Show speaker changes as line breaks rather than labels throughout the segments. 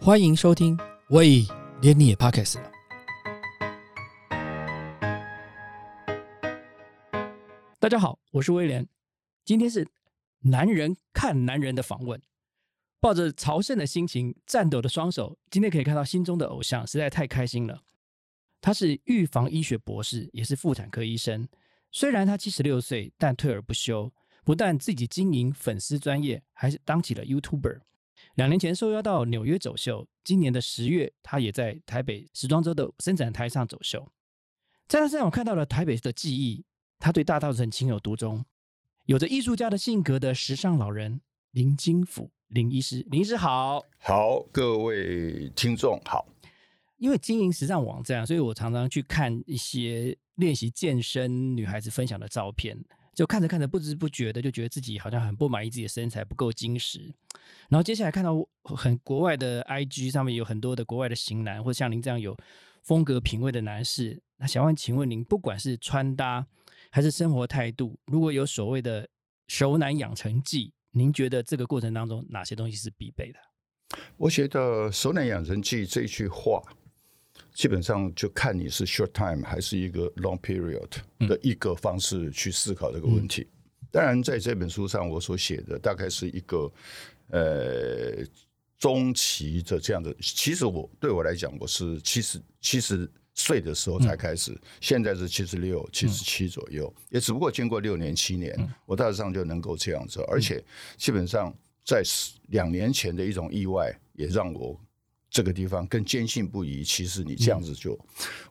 欢迎收听《喂，连你也 p o d c a s 了。大家好，我是威廉，今天是男人看男人的访问，抱着朝圣的心情，颤抖的双手，今天可以看到心中的偶像，实在太开心了。他是预防医学博士，也是妇产科医生。虽然他七十六岁，但退而不休，不但自己经营粉丝专业，还是当起了 YouTuber。两年前受邀到纽约走秀，今年的十月，他也在台北时装周的伸展台上走秀。在他身上，我看到了台北的记忆，他对大稻城情有独钟。有着艺术家的性格的时尚老人林金甫林医师，林医师好。
好，各位听众好，
因为经营时尚网站，啊所以我常常去看一些练习健身女孩子分享的照片，就看着看着，不知不觉的就觉得自己好像很不满意自己的身材不够精实。然后接下来看到很国外的 IG 上面有很多的国外的型男，或像您这样有风格品味的男士，那想问，请问您不管是穿搭还是生活态度，如果有所谓的熟男养成记，您觉得这个过程当中哪些东西是必备的？
我觉得“熟能养成记”这句话，基本上就看你是 short time 还是一个 long period 的一个方式去思考这个问题。当然，在这本书上我所写的大概是一个呃中期的这样的。其实我对我来讲，我是七十七十岁的时候才开始，现在是七十六、七十七左右，也只不过经过六年、七年，我大致上就能够这样子，而且基本上在十两年前的一种意外，也让我这个地方更坚信不疑。其实你这样子就，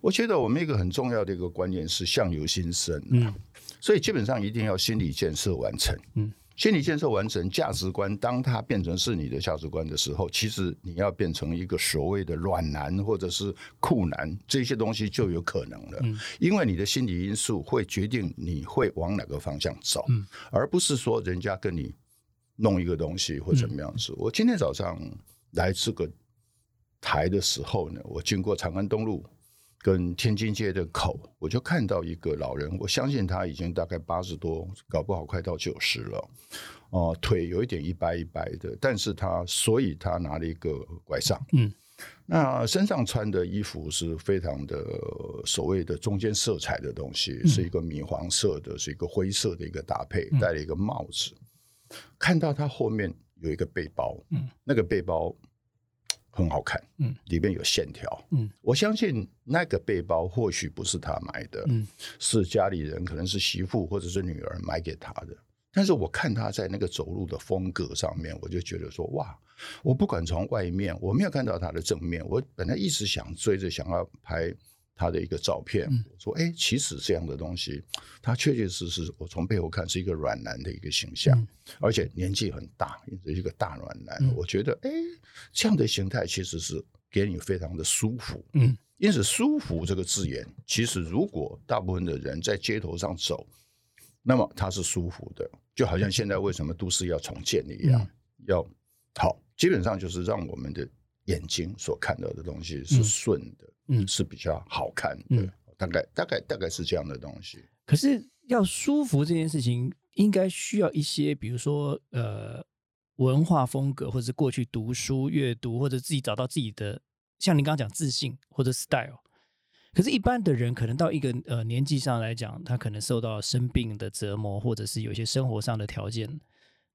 我觉得我们一个很重要的一个观念是相由心生、
嗯
所以基本上一定要心理建设完成。
嗯，
心理建设完成，价值观当它变成是你的价值观的时候，其实你要变成一个所谓的软男或者是酷男，这些东西就有可能了。因为你的心理因素会决定你会往哪个方向走，而不是说人家跟你弄一个东西或怎么样子。我今天早上来这个台的时候呢，我经过长安东路跟天津街的口，我就看到一个老人，我相信他已经大概八十多，搞不好快到九十了。哦、腿有一点一掰一掰的，但是他所以他拿了一个拐杖，
嗯，
那身上穿的衣服是非常的呃所谓的中间色彩的东西，
嗯
是一个米黄色的，是一个灰色的一个搭配，戴了一个帽子，看到他后面有一个背包，
嗯，
那个背包很好看，
嗯，
里面有线条，
嗯，
我相信那个背包或许不是他买的，
嗯，
是家里人，可能是媳妇或者是女儿买给他的。但是我看他在那个走路的风格上面，我就觉得说，哇，我不管从外面，我没有看到他的正面，我本来一直想追着想要拍他的一个照片，我说，哎、其实这样的东西，他确确实实，我从背后看是一个软男的一个形象，
嗯
而且年纪很大，也是一个大软男，我觉得，哎、这样的形态其实是给你非常的舒服，
嗯，
因此舒服这个字眼，其实如果大部分的人在街头上走，那么它是舒服的，就好像现在为什么都市要重建一样，
嗯
要好，基本上就是让我们的眼睛所看到的东西是顺的，
嗯
是比较好看的，
嗯
大概大概大概是这样的东西。
可是要舒服这件事情，应该需要一些，比如说呃文化风格，或者是过去读书阅读，或者自己找到自己的，像您刚刚讲自信或者 style。可是，一般的人可能到一个呃年纪上来讲，他可能受到生病的折磨，或者是有一些生活上的条件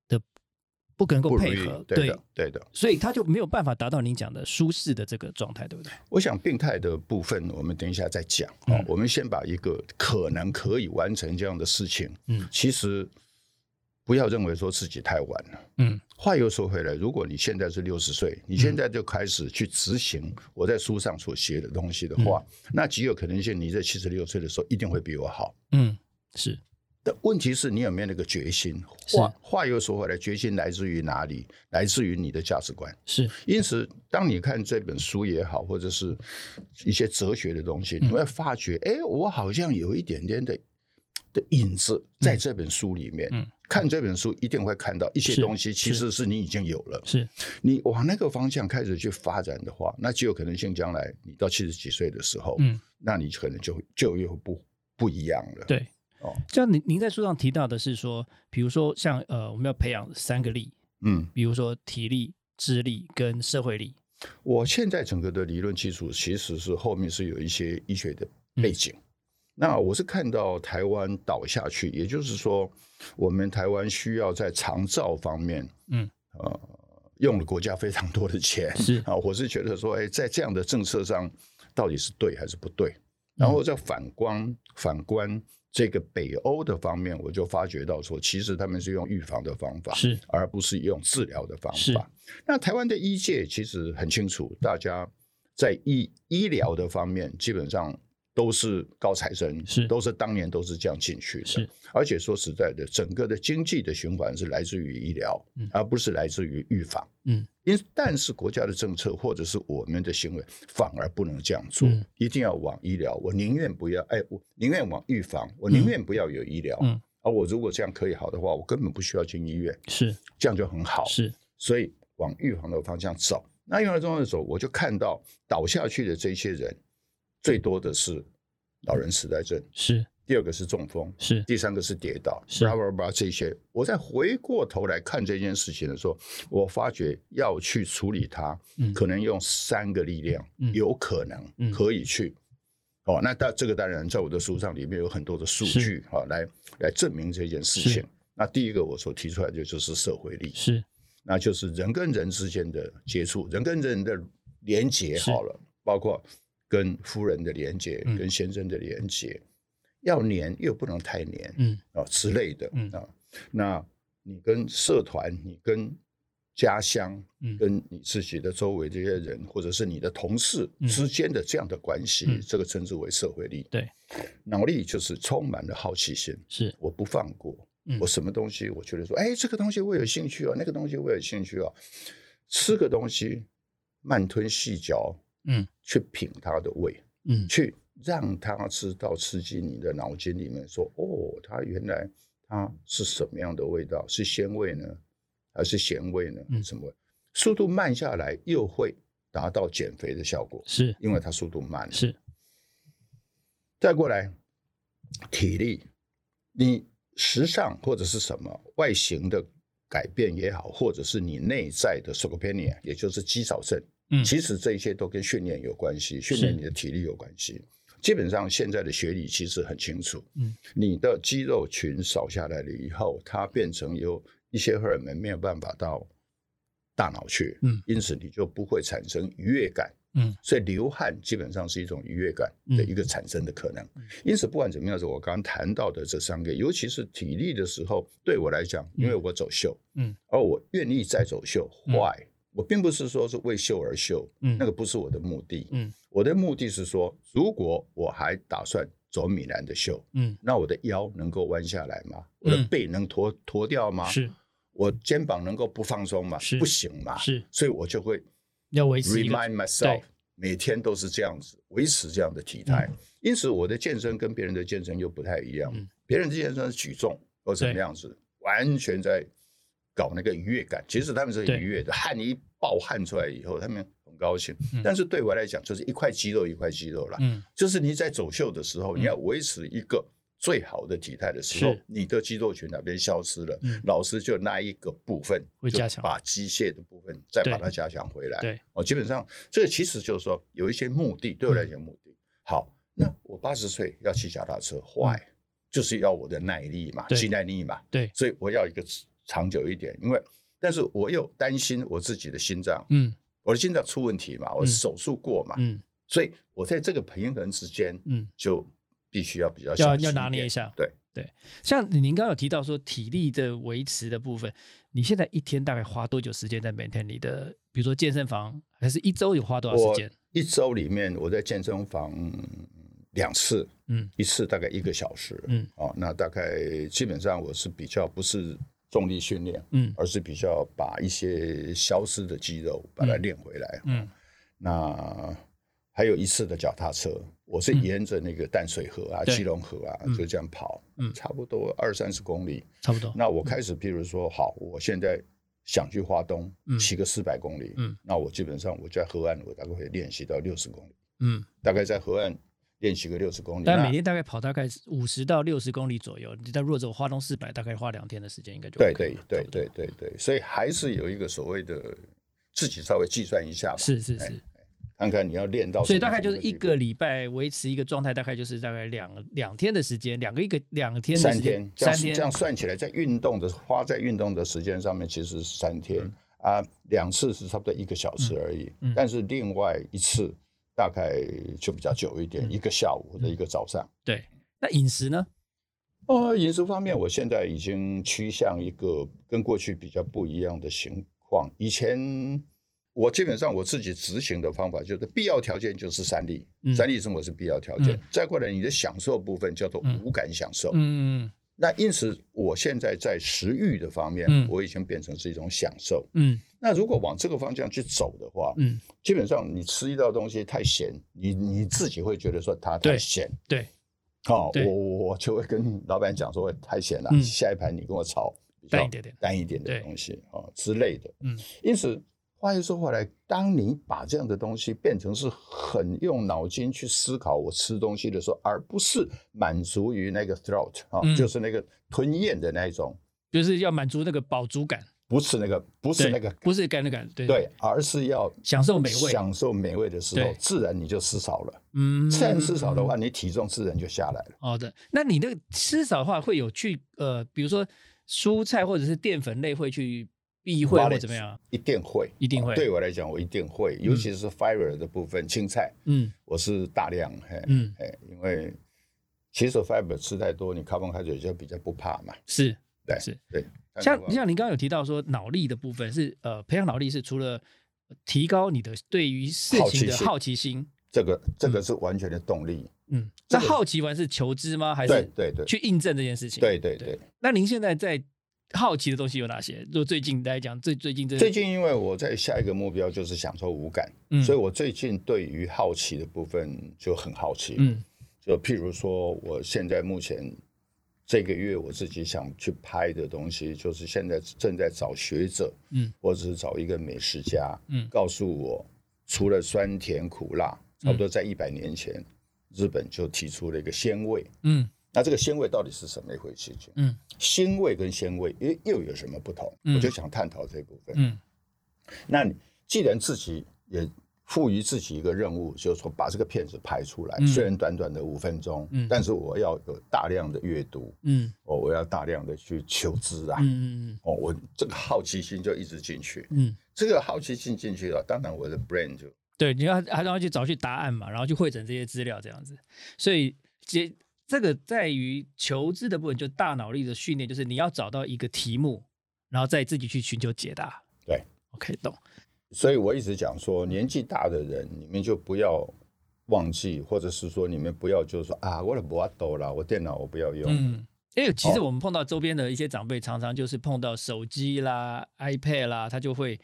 的不能够
不如
配
意
合，，
对的，对的。
所以他就没有办法达到您讲的舒适的这个状态，对不对？
我想病态的部分，我们等一下再讲。哦，
嗯
我们先把一个可能可以完成这样的事情，
嗯
其实不要认为说自己太晚了。
嗯
话又说回来，如果你现在是六十岁，你现在就开始去执行我在书上所写的东西的话，那极有可能性你在七十六岁的时候一定会比我好。
嗯，是
但问题是你有没有那个决心？
是
话话又说回来，决心来自于哪里？来自于你的价值观。
是，
因此，当你看这本书也好，或者是一些哲学的东
嗯
西，你会发觉，哎、我好像有一点点的的影子在这本书里面。
嗯
看这本书一定会看到一些
是
东西，其
是
实是你已经有了。
是
你往那个方向开始去发展的话，那极有可能性将来你到七十几岁的时候，
嗯。
那你可能就就又不不一样了。
对，
哦
像您您在书上提到的是说，比如说像呃，我们要培养三个力，
嗯，
比如说体力、智力跟社会力。
我现在整个的理论基础其实是后面是有一些医学的
嗯
背景。那我是看到台湾倒下去，也就是说，我们台湾需要在长照方面，
嗯，
呃，用了国家非常多的钱，
是
啊，我是觉得说，哎、在这样的政策上，到底是对还是不对？然后再反观反观这个北欧的方面，我就发觉到说，其实他们是用预防的方法，
是
而不是用治疗的方
是
法。那台湾的医界其实很清楚，大家在医医疗的方面基本上都是高材生，
是
都是当年都是这样进去
是
的。而且说实在的，整个的经济的循环是来自于医疗，
嗯
而不是来自于预防。
嗯，
因但是国家的政策或者是我们的行为反而不能这样做，
嗯
一定要往医疗。我宁愿不要，哎，我宁愿往预防，我宁愿不要有医疗。
嗯
而我如果这样可以好的话，我根本不需要进医院，
是
这样就很好。
是
所以往预防的方向走。那预防的方向走，我就看到倒下去的这些人，最多的是老人痴呆症，
是
第二个是中风，
是
第三个是跌倒，
是
巴拉巴拉巴拉这些。我再回过头来看这件事情的时候，我发觉要去处理它，
嗯
可能用三个力量，
嗯
有可
嗯
能可以去。哦，那当这个当然在我的书上里面有很多的数据啊、哦，来来证明这件事
是
情。那第一个我所提出来的就是社会力，
是
那就是人跟人之间的接触，人跟人的连接
是
好了，包括跟夫人的连接、
嗯
跟先生的连接，要黏又不能太黏，
嗯
啊之类的，
嗯
啊，那你跟社团，你跟家乡，
嗯
跟你自己的周围这些人，或者是你的同事
嗯
之间的这样的关系，
嗯
这个称之为社会力。
对，
脑力就是充满了好奇心，
是
我不放过，
嗯
我什么东西我觉得说，哎，这个东西我有兴趣哦，那个东西我有兴趣哦，吃个东西慢吞细嚼，
嗯，
去品它的味，
嗯
去让它知道刺激你的脑筋里面说，哦，它原来它是什么样的味道，是鲜味呢，还是咸味呢？
嗯
什么味？速度慢下来又会达到减肥的效果，
是
因为它速度慢了。
是
再过来，体力，你时尚或者是什么外形的改变也好，或者是你内在的 sarcopenia，也就是肌少症，
嗯
其实这一些都跟训练有关系，训练你的体力有关系。基本上现在的学理其实很清楚，
嗯，
你的肌肉群少下来了以后，它变成有一些荷尔蒙没有办法到大脑去，
嗯，
因此你就不会产生愉悦感，
嗯，
所以流汗基本上是一种愉悦感的一个产生的可能。
嗯
因此，不管怎么样子，我刚刚谈到的这三个，尤其是体力的时候，对我来讲，因为我走秀，
嗯，
而我愿意再走秀
嗯
，why？、我并不是说是为秀而秀，
嗯
那个不是我的目的，
嗯，
我的目的是说，如果我还打算走米兰的秀，
嗯
那我的腰能够弯下来吗？我的背能驼驼掉吗？
是
我肩膀能够不放松吗
是？
不行嘛，
是
所以我就会
要维持一个
remind myself
对
每天都是这样子，维持这样的体态。因此，我的健身跟别人的健身又不太一样。
嗯
别人的健身是举重或怎么样子，完全在搞那个愉悦感。其实他们是
对
很愉悦的，汗一爆汗出来以后，他们很高兴。
嗯
但是对我来讲，就是一块肌肉一块肌肉啦。
嗯
就是你在走秀的时候，
嗯
你要维持一个最好的体态的时候
是，
你的肌肉群哪边消失了
嗯，
老师就那一个部分
会
就
加强
把机械的部分再
对
把它加强回来。
对
哦，基本上这个其实就是说有一些目的，对我
嗯
来讲目的。好，那我八十岁要骑脚踏车，坏就是要我的耐力嘛，
嗯对
肌耐力嘛，
对
所以我要一个长久一点，因为但是我又担心我自己的心脏，
嗯
我的心脏出问题嘛，我
嗯
手术过嘛，
嗯
所以我在这个平衡之间，
嗯，
就必须要比较
要
小心
要拿
一
捏一
点。
下。
对
对，像您刚刚有提到说体力的维持的部分，你现在一天大概花多久时间在 maintain 你的，比如说健身房，还是一周有花多少
我
时间？
一周里面我在健身房两次，
嗯
一次大概一个小时，
嗯，
哦，那大概基本上我是比较不是重力训练，
嗯
而是比较把一些消失的肌肉把它练回来。
嗯
那还有一次的脚踏车，我是沿着那个淡水河啊、
嗯对
基隆河啊
嗯
就这样跑，
嗯
差不多二三十公里。
差不多。
那我开始，譬如说，好，我现在想去华东
嗯
骑个四百公里，
嗯，
那我基本上我在河岸，我大概会练习到六十公里，
嗯，
大概在河岸练习个六十公里。
但
那
每天大概跑大概五十到六十公里左右，你在若走花东四百，大概花两天的时间应该就
对
OK
对
了差
对
不多
对对对，所以还是有一个所谓的自己稍微计算一下吧，
是是是，
看看你要练到什么程度
所
的地步。
以大概就是一个礼拜维持一个状态，大概就是大概两两天的时间，两个一个两天的
三
时
天
间，，
这样
三天
这样算起来，在运动的花在运动的时间上面，其实是三天、啊，两次是差不多一个小时而已，
嗯嗯嗯
但是另外一次大概就比较久一点，
嗯
一个下午或者一个早上。
对。那饮食呢？
呃，饮食方面，我现在已经趋向一个跟过去比较不一样的情况。以前我基本上我自己执行的方法就是必要条件就是三力，
嗯
三力生活是必要条件。
嗯
再过来，你的享受部分叫做无感享受。
嗯
那因此，我现在在食欲的方面，
嗯
我已经变成是一种享受。
嗯
那如果往这个方向去走的话，
嗯，
基本上你吃一道东西太咸，你你自己会觉得说它太
对
咸。
对，
好、
对
我我我就会跟老板讲说会太咸了，
嗯
下一盘你跟我炒比较
淡一点点
淡一点的
对
东西啊、哦之类的。
嗯，
因此话又说回来，当你把这样的东西变成是很用脑筋去思考我吃东西的时候，而不是满足于那个 throat 啊、
嗯
就是那个吞咽的那一种，
就是要满足那个饱足感，
不是那个不是
对
那个
不是干的感，对
对，而是要
享受美味，
享受美味的时候
对，
自然你就吃少了。
嗯，
自然吃少的话，你体重自然就下来了。
好的，哦那你那个吃少的话，会有去呃，比如说蔬菜或者是淀粉类会去避讳
Balance
或怎么样？啊
一定会，
一定会
对我来讲，我一定会，尤其是 fiber 的部分，青菜
嗯
我是大量，嘿，
嗯，
嘿，哎因为其实 fiber 吃太多，你 carbohydrate 就比较不怕嘛，
是
对
是。
对。
像
但是
像您刚刚有提到说脑力的部分是呃，培养脑力是除了提高你的对于事
好奇
情的
心
好奇心，
这个这个是完全的动力，
嗯，那
这个
好奇完是求知吗？还
对
是
对对
去印证这件事情？
对对对。
那您现在在好奇的东西有哪些？就最近来讲，最最近这
最近因为我在下一个目标就是享受无感，
嗯
所以我最近对于好奇的部分就很好奇，
嗯
就譬如说，我现在目前这个月我自己想去拍的东西，就是现在正在找学者，
嗯，
或者是找一个美食家，
嗯
告诉我除了酸甜苦辣，差不多在一百年前，日本就提出了一个鲜味。
嗯
那这个鲜味到底是什么一回事情？
嗯
鲜味跟鲜味又又有什么不同？
嗯
我就想探讨这部分。
嗯
那你既然自己也赋予自己一个任务，就是说把这个片子拍出来，
嗯
虽然短短的五分钟，
嗯
但是我要有大量的阅读，
嗯
哦，我要大量的去求知啊，
嗯
哦，我这个好奇心就一直进去，
嗯，
这个好奇心进去了，当然我的 brain 就
对，你要还要去找去答案嘛，然后去汇整这些资料这样子。所以这这个在于求知的部分，就大脑力的训练，就是你要找到一个题目，然后再自己去寻求解答。
对
，OK，懂。
所以我一直讲说，年纪大的人，你们就不要忘记，或者是说你们不要就是说啊，我的不抖啦，我电脑我不要用，
嗯，因为其实我们碰到周边的一些长辈，常常就是碰到手机啦、iPad 啦，他就会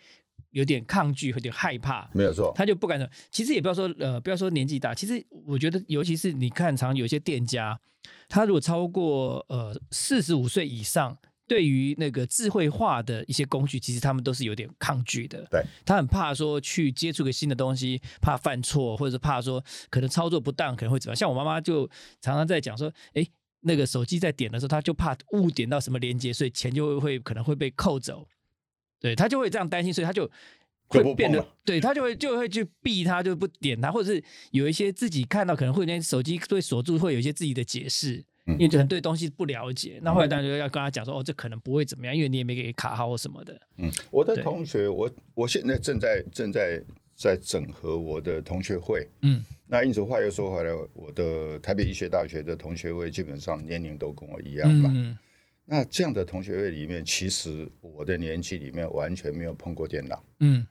有点抗拒，有点害怕。
没有错，
他就不敢说。其实也不要说呃，不要说年纪大，其实我觉得，尤其是你看，常有一些店家，他如果超过呃四十五岁以上，对于那个智慧化的一些工具，其实他们都是有点抗拒的。
对，
他很怕说去接触个新的东西，怕犯错，或者是怕说可能操作不当，可能会怎么样。像我妈妈就常常在讲说，诶，那个手机在点的时候，她就怕误点到什么连接，所以钱就会可能会被扣走。对他就会这样担心，所以他就
就
会
不
变
碰
得
了，
对他就会就会去避他，就不点他，或者是有一些自己看到可能会有些手机被锁住，会有一些自己的解释，
嗯
因为可能对东西不了解。那后来大家就要跟他讲说，哦，这可能不会怎么样，因为你也没给卡号或什么的。
嗯，我的
对
同学，我我现在正在正在在整合我的同学会。
嗯
那因此话又说回来，我的台北医学大学的同学会基本上年龄都跟我一样嘛。
嗯
那这样的同学会里面，其实我的年纪里面完全没有碰过电脑，
嗯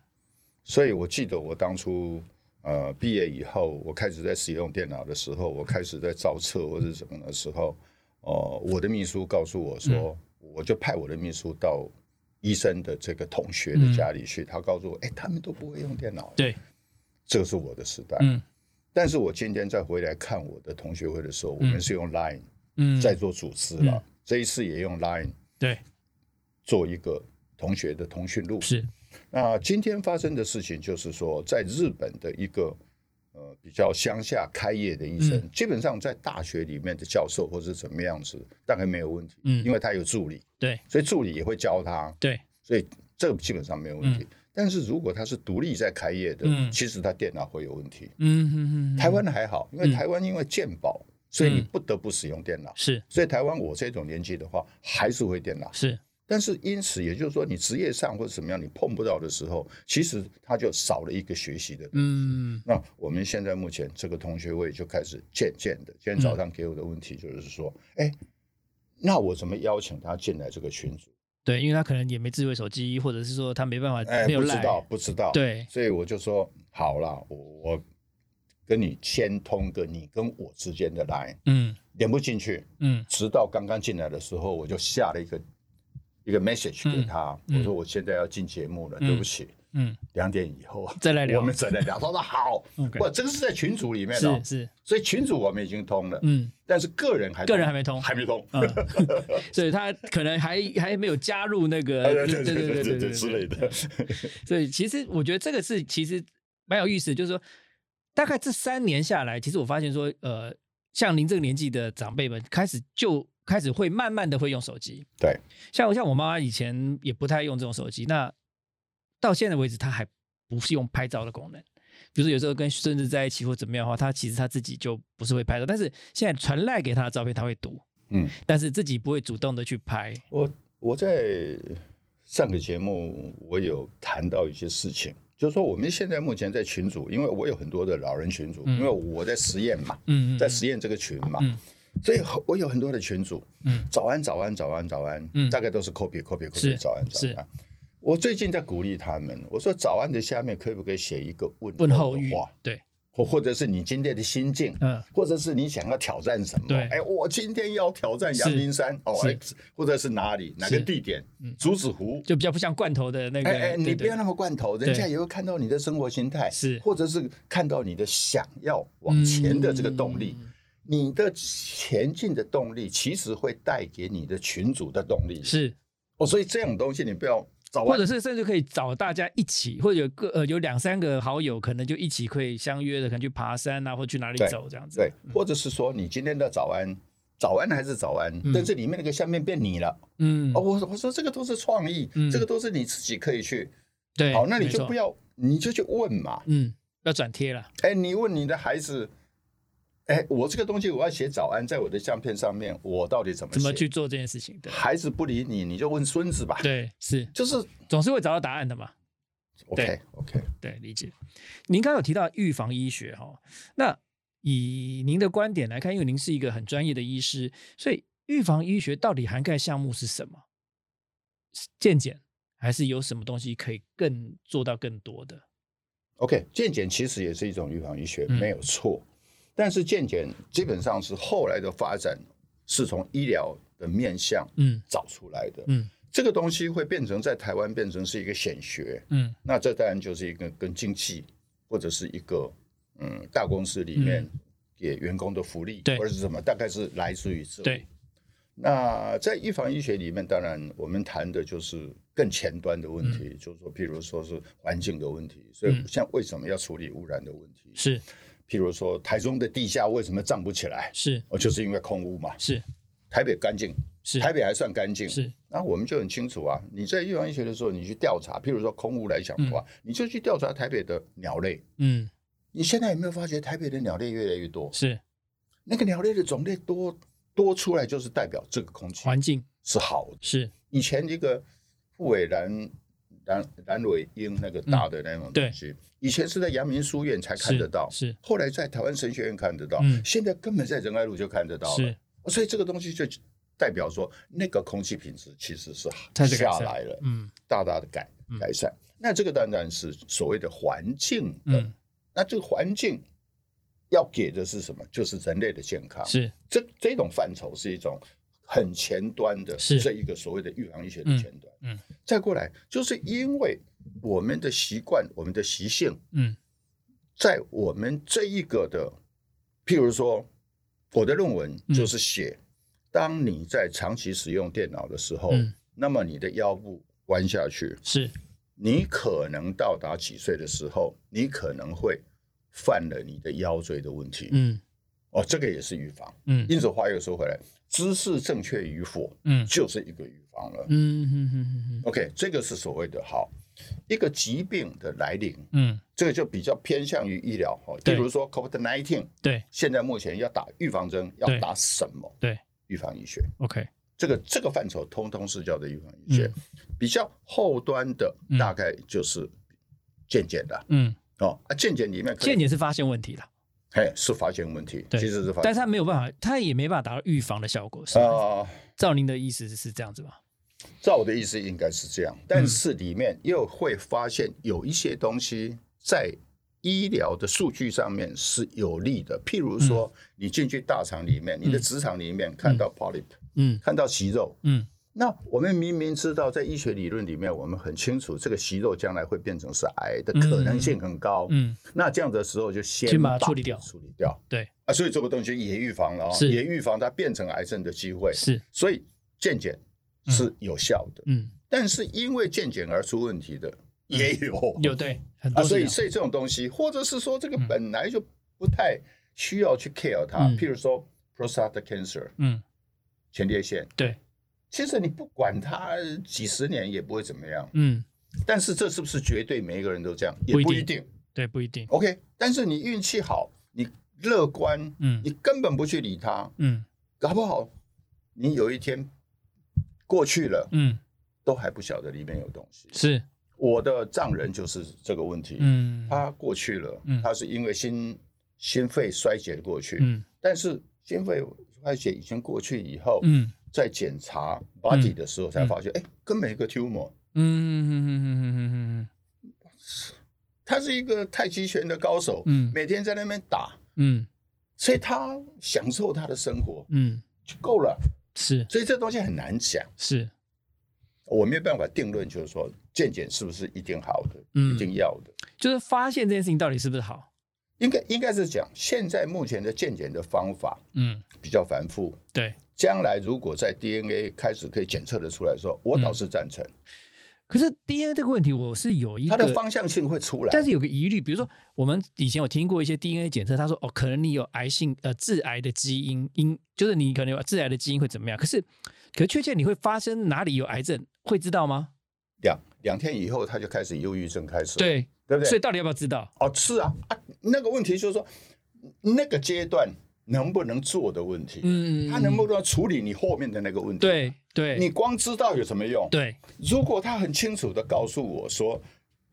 所以我记得我当初呃毕业以后，我开始在使用电脑的时候，我开始在造册或者什么的时候，哦、我的秘书告诉我
嗯
说，我就派我的秘书到医生的这个同学
嗯
的家里去，他告诉我，哎、他们都不会用电脑，
对，
这个是我的时代。
嗯
但是我今天再回来看我的同学会的时候，我
嗯
们是用 Line
嗯，
在做组织了，
嗯
这一次也用 Line
对
做一个同学的通讯录。
是，
那今天发生的事情就是说，在日本的一个呃比较乡下开业的医生，
嗯
基本上在大学里面的教授或者怎么样子，大概没有问题，
嗯
因为他有助理，
对
所以助理也会教他，
对
所以这个基本上没有问题。但是如果它是独立在开业的，
嗯
其实它电脑会有问题。
嗯哼哼，
台湾还好，因为台湾因为健保，所以你
嗯
不得不使用电脑。
是
所以台湾我这种年纪的话，还是会电脑。
是
但是因此，也就是说，你职业上或者怎么样，你碰不到的时候，其实它就少了一个学习的。
嗯
那我们现在目前这个同学会就开始渐渐的，今天早上给我的问题就是说，哎、那我怎么邀请他进来这个群组？
对，因为他可能也没智慧手机，或者是说他没办法
哎、
没有
不知
赖，
道，不知道。，
对，
所以我就说好啦，我我跟你先通个你跟我之间的 line，
嗯
连不进去，
嗯
直到刚刚进来的时候，我就下了一个一个 message 给他，
嗯
我说我现在要进节目了，
嗯
对不起，
嗯，
两点以后
再来聊
我们再来聊。他说好，
OK
不，这个是在群组里面的、
是是，
所以群组我们已经通了，
嗯
但是个人还
个人还没通
还没通。
嗯，所以他可能还还没有加入那个，
哎
对
对
呃对
对
对
对之类的，
所以其实我觉得这个是其实蛮有意思，就是说大概这三年下来，其实我发现说，呃，像您这个年纪的长辈们开始就开始会慢慢的会用手机，
对，
像像我妈妈以前也不太用这种手机，那到现在为止，她还不是用拍照的功能。比如说有时候跟孙子在一起或怎么样的话，她其实她自己就不是会拍照，但是现在传赖给她的照片她会读，
嗯，
但是自己不会主动的去拍。
我我在上个节目我有谈到一些事情，就是说我们现在目前在群组，因为我有很多的老人群组，
嗯
因为我在实验嘛，
嗯
在实验这个群嘛，
嗯
所以我有很多的群组，
嗯
早安早安早安早安，
嗯
大概都是 copy copy
是
copy 早安早安。我最近在鼓励他们，我说早安的下面可不可以写一个问
问
候
候
的
语
话，，
对，
或或者是你今天的心境，
嗯
或者是你想要挑战什么？
对
哎，我今天要挑战阳明山哦，
是嗯
哎或者是哪里哪个地点，竹子湖。
就比较不像罐头的那个。
哎哎，
对
你不
对
要那么罐头，人家也会看到你的生活心态，
是
或者是看到你的想要往前的这个动力。
嗯
你的前进的动力，其实会带给你的群组的动力。
是，
哦，所以这种东西你不要早
或
晚
者是甚至可以找大家一起，或者有个呃有两三个好友，可能就一起可以相约的，可能去爬山啊，或去哪里
对
走这样子。
对，或者是说你今天的早安，早安还是早安，
嗯
但是里面那个下面变你了。
嗯
哦，，我我说这个都是创意，
嗯
这个都是你自己可以去。
对，
好，那你
没
就
错
不，要，你就去问嘛。
嗯，不要转贴了，
哎，你问你的孩子，哎，我这个东西我要写早安，在我的相片上面，我到底怎么
怎么
写
去？做这件事情？对，
孩子不理你，你就问孙子吧。，
对，是，
就是
总是会找到答案的嘛。
OK OK。
对，理解。您刚刚有提到预防医学哈，那以您的观点来看，因为您是一个很专业的医师，所以预防医学到底涵盖项目是什么？是健检还是有什么东西可以更做到更多的？
OK，健检其实也是一种预防医学，
嗯
没有错。但是健检基本上是后来的发展，是从医疗的面向
嗯
找出来的。
嗯
这个东西会变成在台湾变成是一个显学，
嗯
那这当然就是一个跟经济或者是一个嗯大公司里面给员工的福利，
对
或者是什么，大概是来自于这。
对。
那在预防医学里面，当然我们谈的就是更前端的问题，就是说，譬如说是环境的问题，所以
嗯
像为什么要处理污染的问题？
是
譬如说，台中的地下为什么涨不起来？
是
哦，就是因为空污嘛。
是
台北干净，
是
台北还算干净。
是
那我们就很清楚啊，你在预防医学的时候，你去调查，譬如说空污来讲的话，你就去调查台北的鸟类。
嗯
你现在有没有发觉台北的鸟类越来越多？
是
那个鸟类的种类多多出来，就是代表这个空气
环境
是好的。
是
以前一个富尾蓝蓝蓝尾鹰那个大的那种
嗯对
东西，以前是在阳明书院才看
是
得到，
是
后来在台湾神学院看得到，
嗯
现在根本在仁爱路就看得到了
是。
所以这个东西就代表说，那个空气品质其实是
它是改
下
善
来了，
嗯
大大的改改善。那这个当然是所谓的环境的，
嗯
那这个环境要给的是什么？就是人类的健康。
是
这这种范畴是一种很前端的，
是
这一个所谓的预防医学的
嗯
前端。
嗯
再过来，就是因为我们的习惯、我们的习性，
嗯
在我们这一个的，譬如说，我的论文
嗯
就是写，当你在长期使用电脑的时候，
嗯
那么你的腰部弯下去，
是
你可能到达几岁的时候，你可能会犯了你的腰椎的问题。
嗯
哦，这个也是预防。
嗯
因此话又说回来，知识正确与否
嗯
就是一个预防了。
嗯嗯嗯
OK，这个是所谓的好一个疾病的来临，
嗯，
这个就比较偏向于医疗哦。比
对
如说 COVID-19，
对
现在目前要打预防针，要
对
打什么？
对
预防医学，
，OK，
这个这个范畴通通是叫做预防医学。比较后端的
嗯
大概就是渐渐的
嗯，
哦，啊，渐渐里面可
这
以，
也是发现问题了，
哎，是发现问题，
对
其实是发
但
现
是他没有办法，他也没办法达到预防的效果。是吧
啊。
照您的意思是这样子吧？
照我的意思应该是这样，但是里面又会发现有一些东西在医疗的数据上面是有利的，譬如说你进去大厂里面，你的职场里面看到 polyp，
嗯嗯
看到息肉。
嗯
那我们明明知道，在医学理论里面，我们很清楚这个息肉将来会变成是癌的可能性很高。
嗯，
那这样的时候就先
先把它处理掉
处理掉
对，
啊，所以这个东西也预防了、哦，
是
也预防它变成癌症的机会。
是，
所以健检是有效的。
嗯，
但是因为健检而出问题的也有，
有对，很
啊，
多是
所
这
以
样，
所以这种东西，或者是说这个
嗯
本来就不太需要去 care 它，
嗯
譬如说 prostate cancer
嗯，
前列腺，
对，
其实你不管它几十年也不会怎么样，
嗯，
但是这是不是绝对每一个人都这样？也
不一定
不一定。
对，不一定，
OK，但是你运气好，你乐观，
嗯
你根本不去理它，
嗯
搞不好你有一天过去了，
嗯，
都还不晓得里面有东西。
是，
我的丈人就是这个问题，
嗯
他过去了，
嗯
他是因为心心肺衰竭过去，
嗯
但是心肺衰竭已经过去以后，
嗯
在检查 body 的时候才发现，哎、根本一个 tumor，
嗯嗯嗯嗯
他是一个太极拳的高手，
嗯
每天在那边打，
嗯
所以他享受他的生活
嗯，
就够了，
是
所以这东西很难讲，
是，
我没有办法定论，就是说健检是不是一定好的，
嗯
一定要的。
就是发现这件事情到底是不是好？
应该应该是讲，现在目前的健检的方法
嗯，
比较繁复，
对。
将来如果在 DNA 开始可以检测的出来的时候，我倒是赞成，
可是 DNA 这个问题，我是有嗯一
它的
个
方向性会出来。
但是有个疑虑，比如说我们以前有听过一些 DNA 检测，他说哦，可能你有癌性呃致癌的基因，因就是你可能有致癌的基因会怎么样？可是，可是确切你会发生哪里有癌症，会知道吗？
两两天以后，它就开始忧郁症开始，
对，
对不
所以
对？
到底要不要知道？
哦，是啊啊，那个问题就是说，那个阶段能不能做的问题，
嗯，
它能不能处理你后面的那个问题？，
对对
你光知道有什么用？
对
如果他很清楚的告诉我说，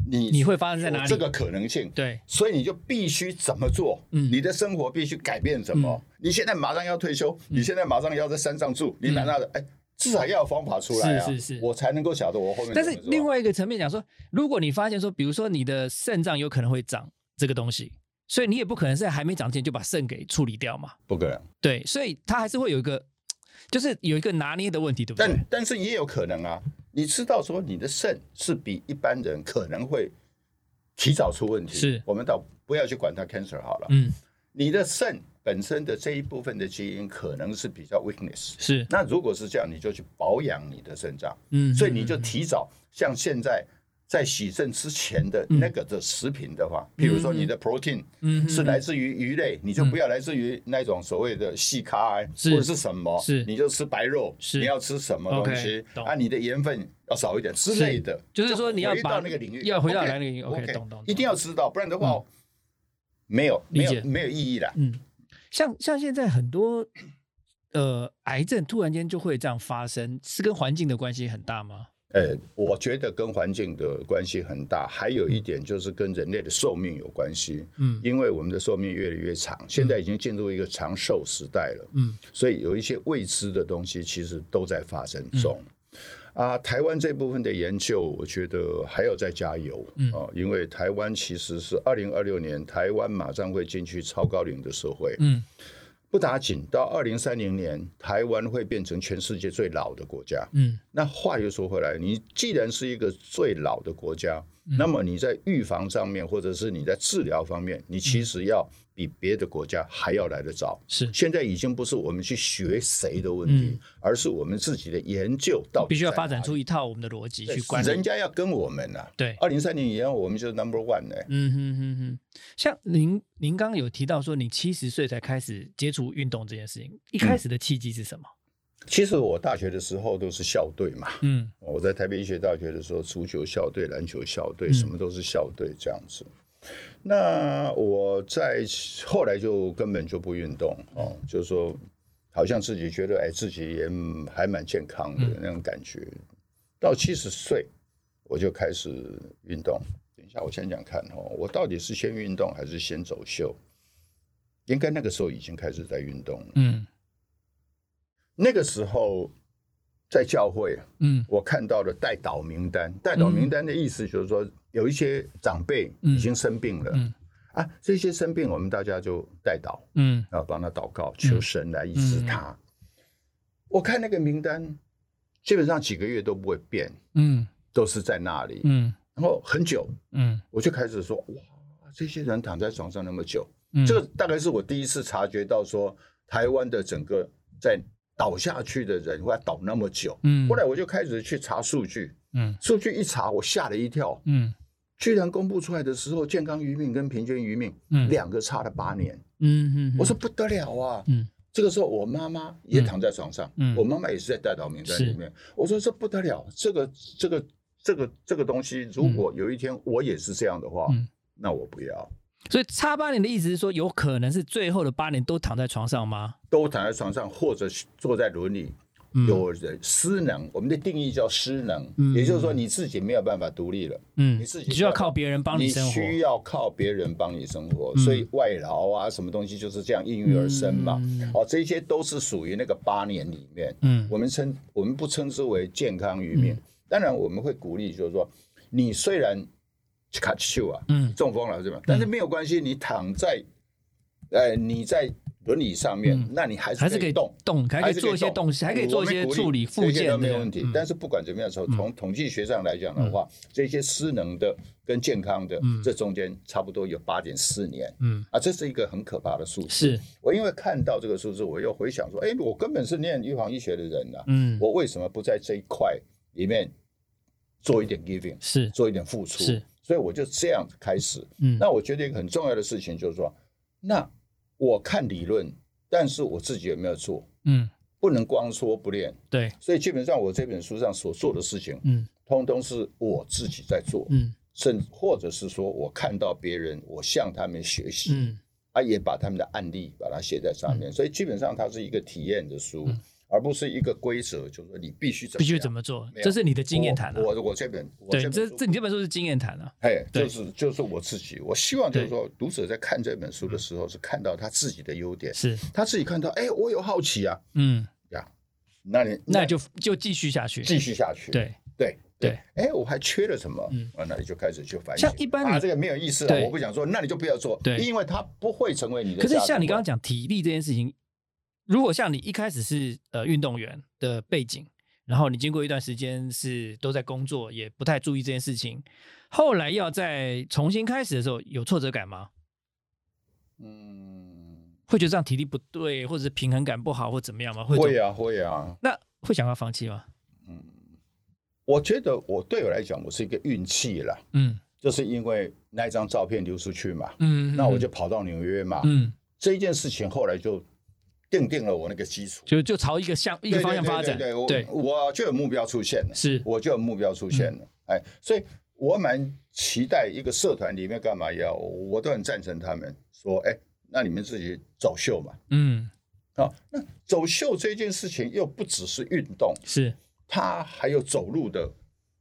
你
你会发生在哪里
有这个可能性，
对，
所以你就必须怎么做？
嗯
你的生活必须改变什么？你现在马上要退休，
嗯
你现在马上要在山上住，你难道哎，至少要有方法出来啊？
是是是
我才能够晓得我后面怎
但
么做。
是另外一个层面讲说，如果你发现说，比如说你的肾脏有可能会长这个东西，所以你也不可能在还没长之前就把肾给处理掉嘛。
不可能，
对，所以它还是会有一个，就是有一个拿捏的问题，对不对
但？但是也有可能啊。你知道说你的肾是比一般人可能会提早出问题，
是
我们倒不要去管它 cancer 好了。
嗯，
你的肾本身的这一部分的基因可能是比较 weakness，
是，
那如果是这样，你就去保养你的肾脏。
嗯，
所以你就提早像现在在洗肾之前的那个的食品的话，比如说你的 protein
嗯
是来自于鱼类，你就不要来自于那种所谓的细咖癌
是
或者是什么，
嗯是
你就吃白肉，
是
你要吃什么东
OK，
西，
懂
啊，你的盐分要少一点之类的，
就是说你要
回
把
到那个领域，
要回到那个领域
OK，
OK，懂懂
一定要知道，不然的话没有没
理
有
解
没有意义的。
嗯，像像现在很多呃癌症突然间就会这样发生，是跟环境的关系很大吗？
呃，我觉得跟环境的关系很大，还有一点就是跟人类的寿命有关系。
嗯
因为我们的寿命越来越长，现在已经进入一个长寿时代了，
嗯
所以有一些未知的东西其实都在发生中。
嗯
啊，台湾这部分的研究，我觉得还要再加油
嗯
啊、因为台湾其实是二零二六年，台湾马上会进去超高龄的社会，
嗯
不打紧，到二零三零年，台湾会变成全世界最老的国家。
嗯
那话又说回来，你既然是一个最老的国家，
嗯
那么你在预防上面，或者是你在治疗方面，你
嗯
其实要比别的国家还要来得早。
是
现在已经不是我们去学谁的问题，而是我们自己的研究到底
嗯必须要
在
发展
哪里
出一套我们的逻辑
对
去管理
人。家要跟我们呐、啊。
对，
二零三零年我们就是 number one 呢、
嗯哼哼哼，像您您刚刚有提到说，你七十岁才开始接触运动这件事情，一开始的契机是什么？
其实我大学的时候都是校队嘛，
嗯
哦我在台北医学大学的时候，足球校队、篮球校队，
嗯
什么都是校队这样子。那我在后来就根本就不运动哦，
嗯
就是说，好像自己觉得哎，自己也嗯还蛮健康的
嗯
那种感觉。到七十岁，我就开始运动。等一下，我想想看哦，我到底是先运动还是先走秀？应该那个时候已经开始在运动了。
嗯
那个时候在教会，
嗯
我看到了代祷名单。代祷名单的意思就是说，有一些长辈
嗯
已经生病了、
嗯
啊，这些生病我们大家就代祷
嗯
啊，帮他祷告，求神来医治他。我看那个名单，基本上几个月都不会变，
嗯
都是在那里。
嗯
然后很久，
嗯
我就开始说，哇，这些人躺在床上那么久，
嗯，
这个大概是我第一次察觉到说，台湾的整个在倒下去的人，会倒那么久。
嗯
后来我就开始去查数据，
嗯
数据一查，我吓了一跳，
嗯
居然公布出来的时候，健康余命跟平均余命
嗯
两个差了八年，
嗯嗯，
我说不得了啊！
嗯
这个时候我妈妈也躺在床上，
嗯
我妈妈也是在代祷名单里面，我说这不得了，这个这个这个这个东西，如果有一天我也是这样的话，
嗯
那我不要。
所以差八年的意思是说，有可能是最后的八年都躺在床上吗？
都躺在床上或者是坐在轮椅，
嗯
有人失能，我们的定义叫失能，
嗯
也就是说你自己没有办法独立了，
嗯，
你自己
需要靠别人帮
你
生活，
需要靠别人帮你生活，
嗯
所以外劳啊，什么东西就是这样应运而生嘛。
嗯
哦，这些都是属于那个八年里面，
嗯
我们称我们不称之为健康余命，当然我们会鼓励，就是说你虽然卡丘啊，
嗯
中风了是吧？但是没有关系，你躺在，呃，你在轮椅上面，那你还是
嗯还是
可
可
以
以
动。
动，还可以做一些东西，还可以做一些处理附件的
都
嗯
没有问题。但
是
是不管怎么样的时候，从统计学上来讲的话，
嗯
这些失能的跟健康的，这中间差不多有八点四年
嗯，
啊，这是一个很可怕的数字。
是
我因为看到这个数字，我又回想说，哎，我根本是念预防医学的人呐、啊
嗯
我为什么不在这一块里面做一点 giving，
是
做一点付出？
是，
所以我就这样开始。
嗯
那我觉得一个很重要的事情就是说，那我看理论，但是我自己有没有做，
嗯
不能光说不练。
对
所以基本上我这本书上所做的事情，
嗯
通通是我自己在做，
嗯
甚或者是说我看到别人，我向他们学习。
嗯
啊，也把他们的案例把它写在上面，所以基本上它是一个体验的书，而不是一个规则，就是说你必须
嗯
怎么
必须
样
怎么做
没，有
这是你的经验谈啊
我。我我这本，我
对，
本
这
书
这你这本书是经验谈啊。
哎，
对
就是就是我自己，我希望就是说读者在看这本书的时候是看到他自己的优点，
是，
他自己看到，哎，我有好奇啊，
嗯，
呀，那你
那就就继续下去。
继续下去，
对，
对。
对，
哎，我还缺了什么？
嗯
啊，那你就开始去反省。
像一般
啊，
你
这个没有意思啊，
对
我不想说，那你就不要做，
对
因为它不会成为你
可
的价值
是
观。
像你刚刚讲体力这件事情，如果像你一开始是呃运动员的背景，然后你经过一段时间是都在工作，也不太注意这件事情，后来要再重新开始的时候，有挫折感吗？
嗯，
会觉得这样体力不对，或者是平衡感不好，或怎么样吗？会
会
啊。
啊，会啊，
那会想要放弃吗？
我觉得我对我来讲，我是一个运气啦，
嗯
就是因为那一张照片流出去嘛，
嗯，
那我就跑到纽约嘛，
嗯，
这一件事情后来就奠定了我那个基础，
就就朝一个向一个方向发展。
对对对对对我我就有目标出现了，
是
我就有目标出现
嗯
了，哎，所以我蛮期待一个社团里面干嘛要，我都很赞成他们说，哎，那你们自己走秀嘛，
嗯
啊，那走秀这件事情又不只是运动，
是
它还有走路的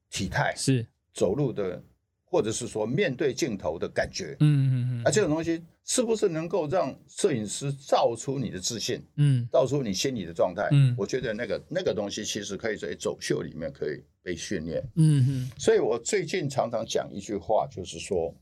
体态，
是
走路的，或者是说面对镜头的感觉。
嗯嗯
啊，这种东西是不是能够让摄影师照出你的自信，
嗯
照出你心理的状态？
嗯
我觉得那个那个东西其实可以在走秀里面可以被训练。
嗯嗯
所以我最近常常讲一句话，就是说，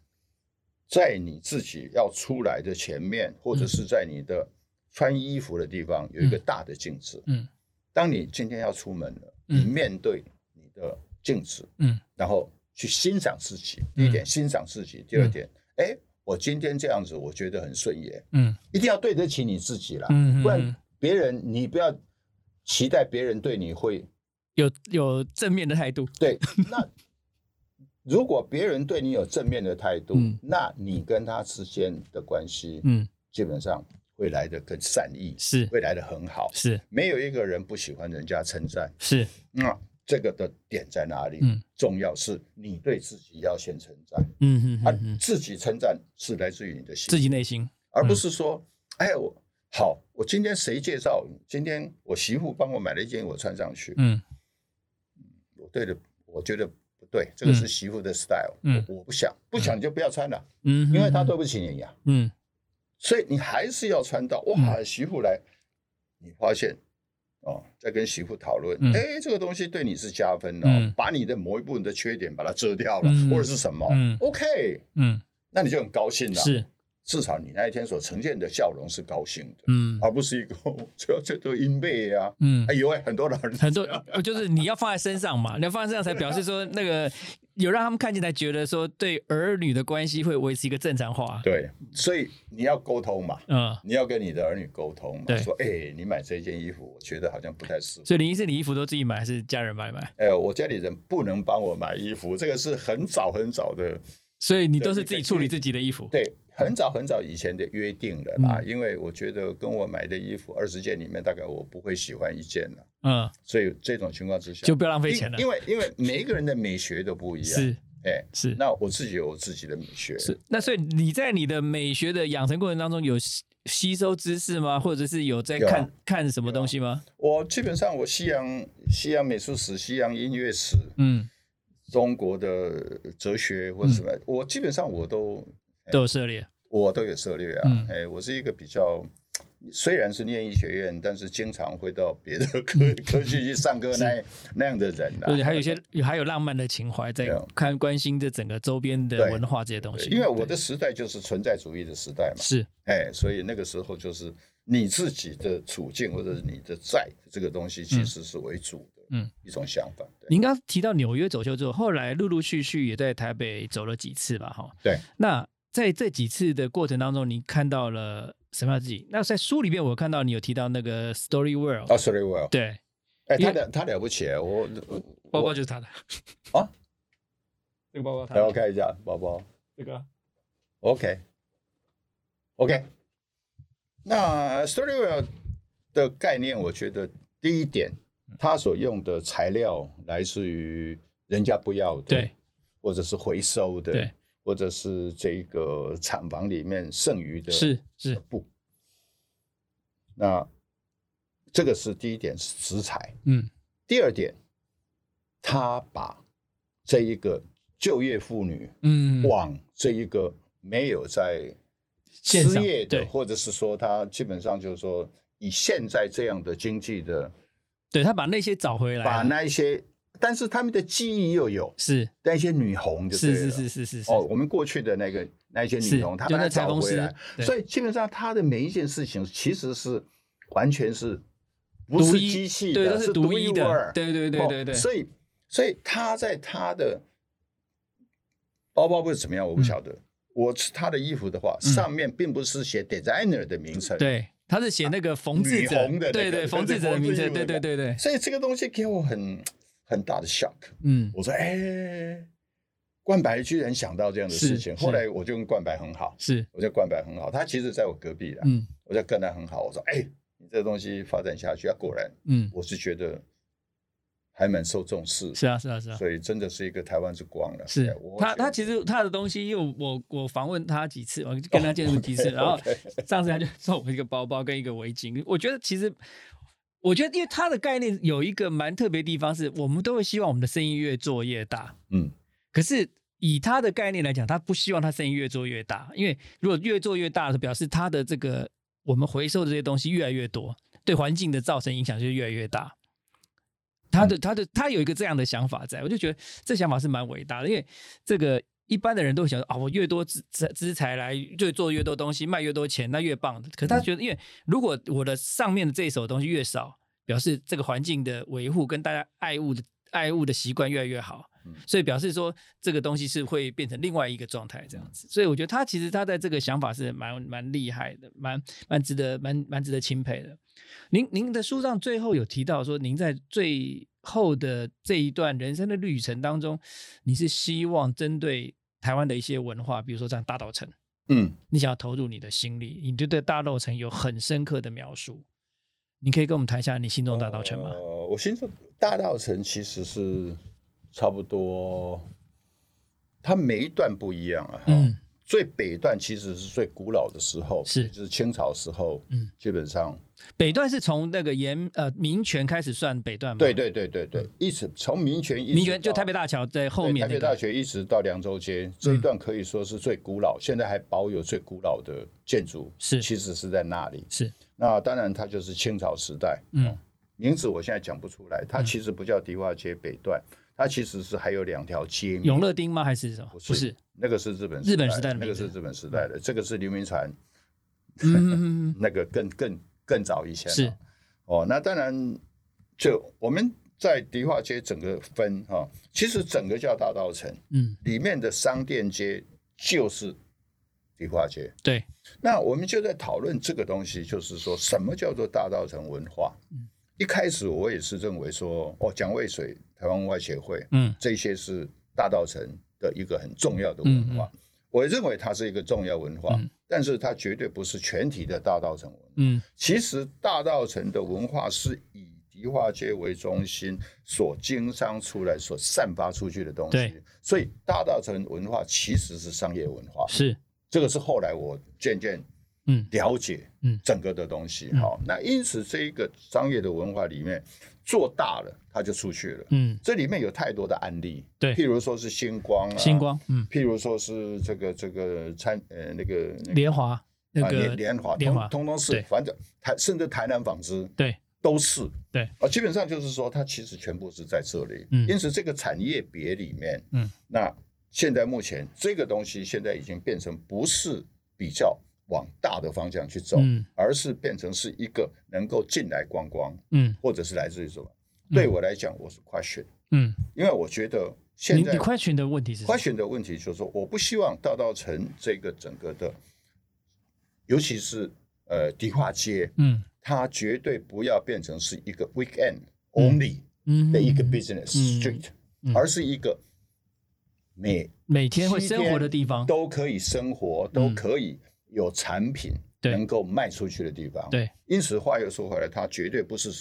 在你自己要出来的前面，或者是在你的穿衣服的地方，有一个大的镜子。
嗯
当你今天要出门了，
嗯
你面对你的镜子，
嗯
然后去欣赏自己。第一点，欣赏自己；第二点，哎、我今天这样子，我觉得很顺眼，
嗯
一定要对得起你自己啦。
嗯，
不
嗯
然别人你不要期待别人对你会
有有正面的态度，
对，那如果别人对你有正面的态度，
嗯
那你跟他之间的关系
嗯，
基本上会来得更善意，
是
会来得很好。
是
没有一个人不喜欢人家称赞，
是，
那这个的点在哪里？
嗯
重要是你对自己要先称赞，
嗯嗯
啊
嗯，嗯，
自己称赞是来自于你的心，
自己嗯内心，
而不是说，哎，我好，我今天谁介绍？今天我媳妇帮我买了一件，我穿上去，
嗯
我对的，我觉得不对，这个是
嗯
媳妇的 style，
嗯
我我不想，不想你就不要穿了，
嗯，
因为她
嗯
对不起你呀、
嗯
所以你还是要穿到。哇，媳妇来，你发现哦，在跟媳妇讨论
嗯，
哎，这个东西对你是加分
嗯
哦，把你的某一部分的缺点把它遮掉了
嗯，
或者是什么
嗯
，OK，
嗯
那你就很高兴了。
是，
至少你那一天所呈现的笑容是高兴的，
嗯
而不是一个 这这都因为啊，
嗯
哎。呦喂，很多老人
很多呃就是你要放在身上嘛，你要放在身上才表示说那个有让他们看见，才觉得说对儿女的关系会维持一个正常化。
对，所以你要沟通嘛，
嗯，
你要跟你的儿女沟通嘛
对，
说，哎、你买这件衣服，我觉得好像不太适合。
所以林医生，你衣服都自己买还是家人帮你买？
哎、我家里人不能帮我买衣服，这个是很早很早的，
所以你
对
都是
你
自己
可以
处理
去
自己的衣服。
对，很早很早以前的约定了啦。
嗯
因为我觉得跟我买的衣服二十件里面，大概我不会喜欢一件了，
嗯，
所以这种情况之下
就不要浪费
因
钱了。
因为因为每一个人的美学都不一样，
是
哎、
是
那我自己有我自己的美学，
是，那所以你在你的美学的养成过程当中有吸吸收知识吗？或者是有在
有啊
看、看什么东西吗？
我基本上我西洋西洋美术史、西洋音乐史，
嗯，
中国的哲学或者什么，我基本上我都
都有涉猎。
我都有涉猎
嗯
啊。哎、我是一个比较，虽然是念医学院，但是经常会到别的 科、科系去上课那那样的人啊
而。且嗯还有一些，还有浪漫的情怀，在
对啊
看关心这整个周边的
对
文化这些东
对
西。
因为我的
对
时代就是存在主义的时代嘛，
是
哎，所以那个时候就是你自己的处境或者是你的债这个东西其实是为主的，
嗯，
一种想法。对
您刚刚提到纽约走秀之后，后来陆陆续续也在台北走了几次吧？哈，
对。
那在这几次的过程当中，你看到了什么样的自己？那在书里面，我看到你有提到那个 Story World，、
啊、s o r r y well，
对，
哎，
因
他
为
了他了不起，啊我我
包包就是他的。
啊，
这个包包他
来我
的，
看一下，宝宝。
这个啊
OK，OK，、那 Storywell 的概念，我觉得第一点，
嗯
它所用的材料来自于人家不要的，
对，
或者是回收的，
对，
或者是这个厂房里面剩余的
是是，
布。那这个是第一点，是食材。
嗯
第二点，他把这一个就业妇女
嗯，
往这一个没有在
线
失
上
业的，
对
或者是说他基本上就是说以现在这样的经济的，
对他把那些找回来了，
把那一些，但是他们的记忆又有
是
那一些女红就是对了
是是是是是，
哦，我们过去的那个那一些
是
女红，他
就
把
那
它
裁
找
缝
回
师
来，，
对
所以基本上他的每一件事情其实是完全是不
独
是
一
机器
对
的，
都是
是
独
独
一
一
的
无二
对对对
哦
对对
所以所以他在他的包包会怎么样，我不晓得。我是他的衣服的话，
嗯
上面并不是写 designer 的名称，，
对，他是写那个缝制
啊女
者，
红的那
对对，
个对
缝制
对
者的
缝制
名字，
衣服
对对
的
对对，
所以这个东西给我很很大的 shock。
嗯
我说，哎，冠白居然想到这样的
是
事情。
是
后来我就跟冠白很好，
是，
我就冠白很好，他其实在我隔壁的，
嗯
我就跟他很好。我说，哎，你这东西发展下去，啊，果然
嗯，
我是觉得还蛮受重视，
是啊是啊是啊。
所以真的是一个台湾之光了。
是
哎我
他，
觉得
他其实他的东西，因为我我访问他几次，我跟他接触几次，然后上次他就送我一个包包跟一个围巾。我觉得其实，我觉得因为他的概念有一个蛮特别的地方是，我们都会希望我们的生意越做越大，
嗯，
可是以他的概念来讲，他不希望他生意越做越大，因为如果越做越大，表示他的这个我们回收的这些东西越来越多，对环境的造成影响就越来越大。他的他的他有一个这样的想法在，我就觉得这想法是蛮伟大的，因为这个一般的人都会想说啊，我越多资资资材来，就做越多东西，卖越多钱，那越棒的。可是他觉得，因为如果我的上面的这一手东西越少，表示这个环境的维护跟大家爱物的爱物的习惯越来越好，所以表示说这个东西是会变成另外一个状态这样子。所以我觉得他其实他在这个想法是蛮蛮厉害的，蛮蛮值得蛮蛮值得钦佩的。您您的书上最后有提到说，您在最后的这一段人生的旅程当中，你是希望针对台湾的一些文化，比如说像大稻城，
嗯，
你想要投入你的心力，你就对大稻城有很深刻的描述。你可以跟我们谈一下你心中的大稻城吗？
呃，我心中大道城其实是差不多，它每一段不一样啊。哈
嗯，
最北段其实是最古老的时候，
是
就是清朝时候，
嗯，
基本上，
北段是从那个盐呃民权开始算北段吗？
对，对对对对，一直从民权一直
嗯民权就
到
台北大桥在后
对
面
台
那
北大
个，嗯
学一直到凉州街这一段可以说是最古老，现在还保有最古老的建筑，
是
其实是在那里。
是
那当然，它就是清朝时代，
嗯
名字我现在讲不出来，它其实不叫迪化街北段，它其实是还有两条街名，
永乐町吗？还是什么？
是
不是，
那个是日本
日本时代的
那
名
个
字
是日本时代的，这个是刘铭传，
嗯，
那个更更更早以前了
是
哦，那当然，就我们在迪化街整个分哈、其实整个叫大道城，
嗯，
里面的商店街就是迪化街。
对，
那我们就在讨论这个东西，就是说什么叫做大道城文化。
嗯
一开始我也是认为说，哦，蒋渭水、台湾文化协会
嗯
这些是大道城的一个很重要的文化。我认为它是一个重要文化，
嗯
但是它绝对不是全体的大道城文化。
嗯
其实大道城的文化是以迪化街为中心所经商出来、所散发出去的东西
对，
所以大道城文化其实是商业文化。
是
这个是后来我渐渐
嗯
了解，
嗯
整个的东西。
嗯
好，那因此这一个商业的文化里面做大了，它就出去了。
嗯
这里面有太多的案例，
对
譬如说是星光、啊，
星，光嗯
譬如说是这个这个参呃那个那个
联华那
啊
个
联联华，
联华
通通通是
对
反正台甚至台南纺织
对
都是
对
啊，基本上就是说它其实全部是在这里，
嗯
因此这个产业别里面，
嗯，
那现在目前这个东西现在已经变成不是比较往大的方向去走，
嗯
而是变成是一个能够进来观光，
嗯
或者是来自于什么？对我来讲，我是 question，
嗯，
因为我觉得现
你
在
你 question 的问题是什么
question 的问题就是说，我不希望大道城这个整个的，尤其是呃迪化街，
嗯
它绝对不要变成是一个 weekend only
嗯
的一个 business
嗯
street，、而是一个每
每天会
七
生活的地方
都可以生活，都可以有产品
嗯对
能够卖出去的地方。，
对
因此话又说回来，它绝对不是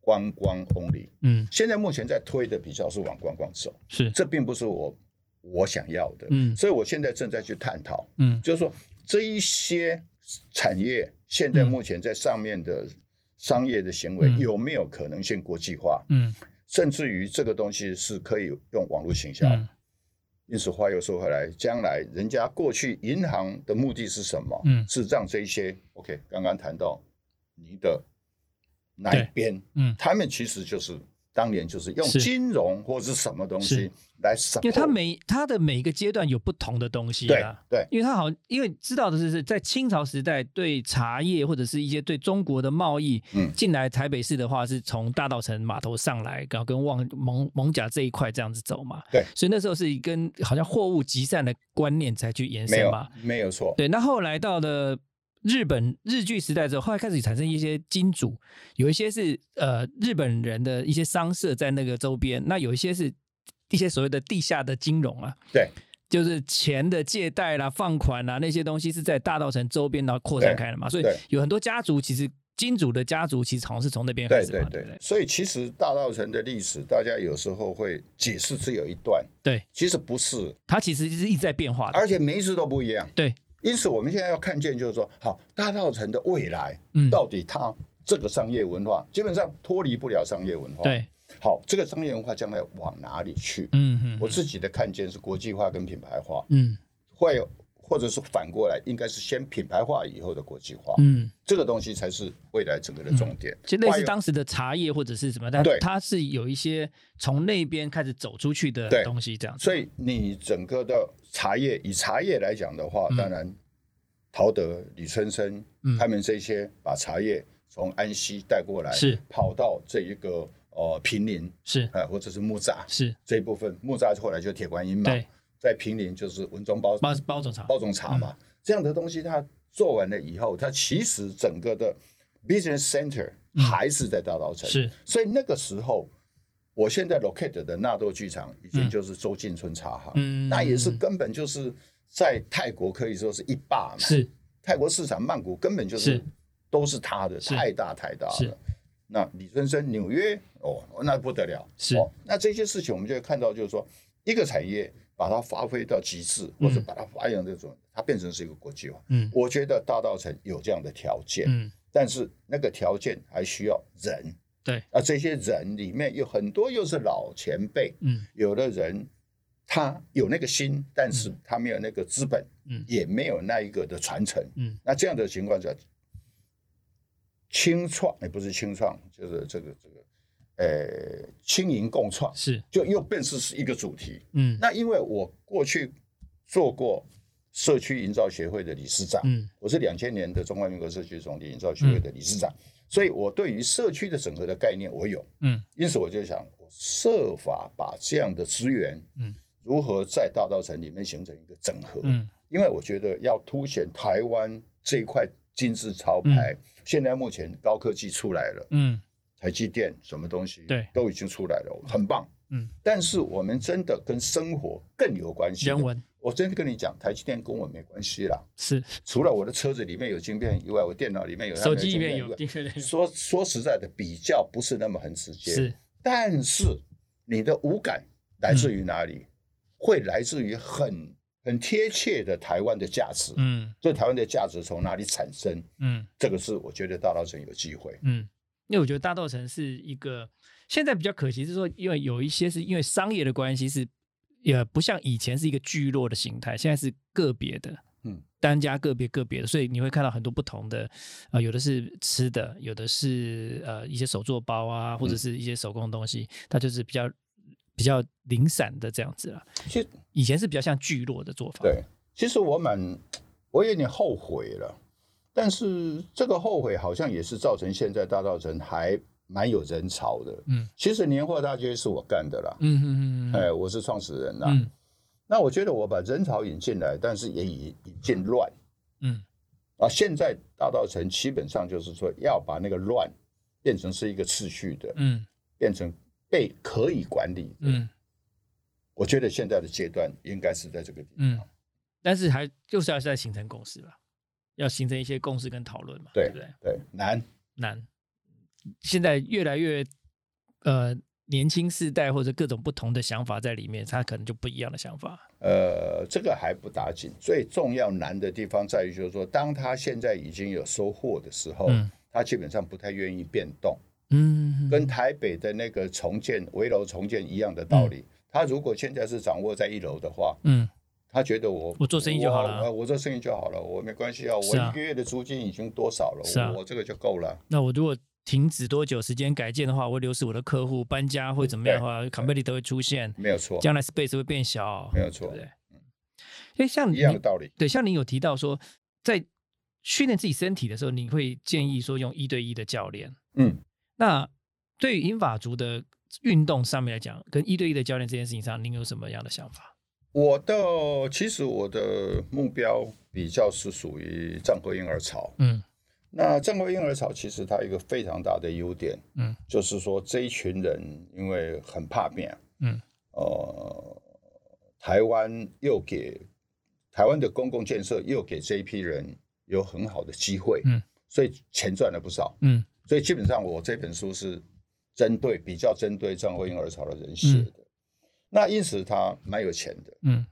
观光 only。
嗯
现在目前在推的比较是往观光走。
是
这并不是我我想要的，
嗯
所以我现在正在去探讨，
嗯
就是说这一些产业现在目前在上面的商业的行为
嗯
有没有可能性国际化，
嗯
甚至于这个东西是可以用网络行销。
嗯
因此话又说回来，将来人家过去银行的目的是什么？
嗯
是让这一些 OK，刚刚谈到你的哪一
对
边，
嗯，
他们其实就是当年就是用
是
金融或是什么东
是
西来 s u
因为它每它的每一个阶段有不同的东西
对
啊。
对
因为它好像，因为知道的是，是在清朝时代，对茶叶或者是一些对中国的贸易，
嗯
进来台北市的话，是从大稻城码头上来，然后跟望蒙蒙甲这一块这样子走嘛。
对
所以那时候是一跟好像货物集散的观念才去延
没
伸
有
嘛。
没有错，
对，那后来到了日本日据时代之后，后来开始产生一些金主，有一些是呃日本人的一些商社在那个周边，那有一些是一些所谓的地下的金融啊，
对
就是钱的借贷啦、放款啦那些东西是在大稻城周边然后扩散开了嘛，所以
对
有很多家族其实金主的家族其实好像是从那边开
对
始
对
嘛，对不
对，所以其实大稻城的历史，大家有时候会解释只有一段，
对，
其实不是，
它其实是一直在变化的，
而且每一次都不一样。
对，
因此，我们现在要看见，就是说，好，大稻城的未来
嗯，
到底它这个商业文化，基本上脱离不了商业文化。，
对，
好，这个商业文化将来往哪里去？
嗯嗯
我自己的看见是国际化跟品牌化，
嗯
会或者是反过来，应该是先品牌化以后的国际化，
嗯，
这个东西才是未来整个的重点。
就类
话
似
又
当时的茶叶或者是什么，但
对
它是有一些从那边开始走出去的
对
东西，这样子，
所以你整个的茶叶，以茶叶来讲的
嗯
话，当然陶德、李春生、他们这些把茶叶从安溪带过来，
是
跑到这一个呃平林
是
啊、或者是木栅
是，
这一部分，木栅后来就铁观音嘛，
对，
在平林就是文庄包
包嗯包总长，
包种茶嘛，这样的东西它做完了以后，它其实整个的 business center 还是在大稻城，
嗯是
所以那个时候，我现在 locate 的纳豆剧场以前就是周进春茶行，
嗯
那也是根本就是在泰国可以说是一霸嘛，
是
泰国市场曼谷根本就是
是
都是他的，
是
太大太大
是
了。那李春生纽约哦，那不得了。
是
哦，那这些事情我们就会看到，就是说一个产业把它发挥到极致，或者把它发扬这种，它变成是一个国际化。
嗯
我觉得大道城有这样的条件，
嗯
但是那个条件还需要人
对，
啊，这些人里面有很多又是老前辈，
嗯
有的人他有那个心，但是他没有那个资本，
嗯
也没有那一个的传承，
嗯
那这样的情况下，清创也不是清创，就是这个这个，呃，轻盈共创，
是
就又便是是一个主题。
嗯
那因为我过去做过社区营造协会的理事长，
嗯
我是两千年的中华民国社区总体营造协会的理事长，所以我对于社区的整合的概念我有，
嗯
因此我就想，我设法把这样的资源，
嗯，
如何在大道城里面形成一个整合，
嗯
因为我觉得要凸显台湾这一块金字招牌，现在目前高科技出来了，
嗯
台积电什么东西
对
都已经出来了，很棒。
嗯，
但是我们真的跟生活更有关系。
人，文
我真的跟你讲，台积电跟我没关系啦。
是
除了我的车子里面有晶片以外，我电脑里面有，
手机里面
它没
有
晶
订阅内
片以外
容，
说说实在的，比较不是那么很直接。
是
但是你的五感来自于哪
嗯
里？会来自于很很贴切的台湾的价值。
嗯
这台湾的价值从哪里产生？
嗯。
这个是我觉得大稻城有机会。
嗯，因为我觉得大稻城是一个现在比较可惜是说，因为有一些是因为商业的关系是，也不像以前是一个聚落的形态，现在是个别的，
嗯，
单家个别个别的，所以你会看到很多不同的，呃，有的是吃的，有的是呃一些手做包啊，
嗯
或者是一些手工的东西，它就是比较比较零散的这样子了。
其实
以前是比较像聚落的做法，，
对，其实我蛮，我有点后悔了，但是这个后悔好像也是造成现在大稻城还蛮有人潮的。
嗯，
其实年货大街是我干的啦，
嗯嗯嗯嗯
哎，我是创始人啦。
嗯
那我觉得我把人潮引进来，但是也引引进乱。
嗯
啊，现在大稻城基本上就是说要把那个乱变成是一个秩序的，
嗯
变成被可以管理的。
嗯
我觉得现在的阶段应该是在这个地方。
嗯，但是还就是要再形成共识吧，要形成一些共识跟讨论嘛，
对
不对？
对，难
难，现在越来越呃年轻世代或者各种不同的想法在里面，他可能就不一样的想法，
呃，这个还不打紧。最重要难的地方在于，就是说，当他现在已经有收获的时候，
嗯
他基本上不太愿意变动，
嗯，
跟台北的那个重建围楼重建一样的道理。他如果现在是掌握在一楼的话，
嗯
他觉得我
我做生意就好了啊
我我做生意就好了，我没关系啊，我
是啊
一个月的租金已经多少了，
是啊
我我这个就够了。
那我如果停止多久时间改建的话，我会流失我的客户，搬家会怎么样的话 c o m p e t i t 会出现，
没有错，
将来 space 会变小，
没有错
对不对？因为像
一样
你
的道理。
对，像您有提到说，在训练自己身体的时候，你会建议说用一对一的教练。
嗯，
那对于英法族的运动上面来讲，跟一对一的教练这件事情上，您有什么样的想法？
我的其实我的目标比较是属于战后婴儿潮。
嗯
那战后婴儿潮其实它有一个非常大的优点，
嗯，
就是说这一群人因为很怕变，
嗯，
呃，台湾又给台湾的公共建设又给这一批人有很好的机会，
嗯，
所以钱赚了不少，
嗯
所以基本上我这本书是针对比较针对战后婴儿潮的人写的，那因此他蛮有钱的，
嗯，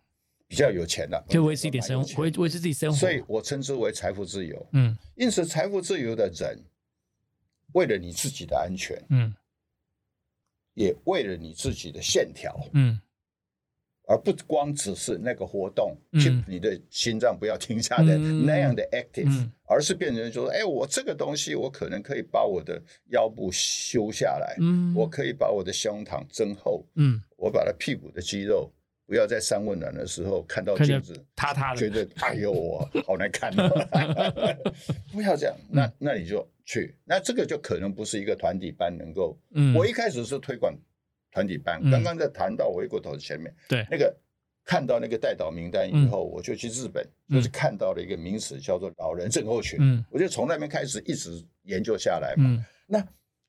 比较有钱的、啊，
就维持一点生
蛮有
活，
钱
维
的
维持自己生活。
所以我称之为财富自由。
嗯
因此，财富自由的人，为了你自己的安全，
嗯
也为了你自己的线条，
嗯
而不光只是那个活动，
嗯
去你的心脏不要停下来、
嗯
那样的 active，、
嗯
而是变成说，哎，我这个东西，我可能可以把我的腰部修下来，
嗯，
我可以把我的胸膛增厚，
嗯
我把它屁股的肌肉不要在三问暖的时候看到
看
镜
见
子，
塌塌
觉
的，
得哎呦，我好难看、哦，不要这样。
嗯
那那你就去，那这个就可能不是一个团体班能够。
嗯，
我一开始是推广团体班，
嗯
刚刚在谈到回过头前面
对，
那个看到那个带导名单以后，我就去日本，
嗯
就是看到了一个名词叫做老人症候群，
嗯
我就从那边开始一直研究下来嘛。
嗯
那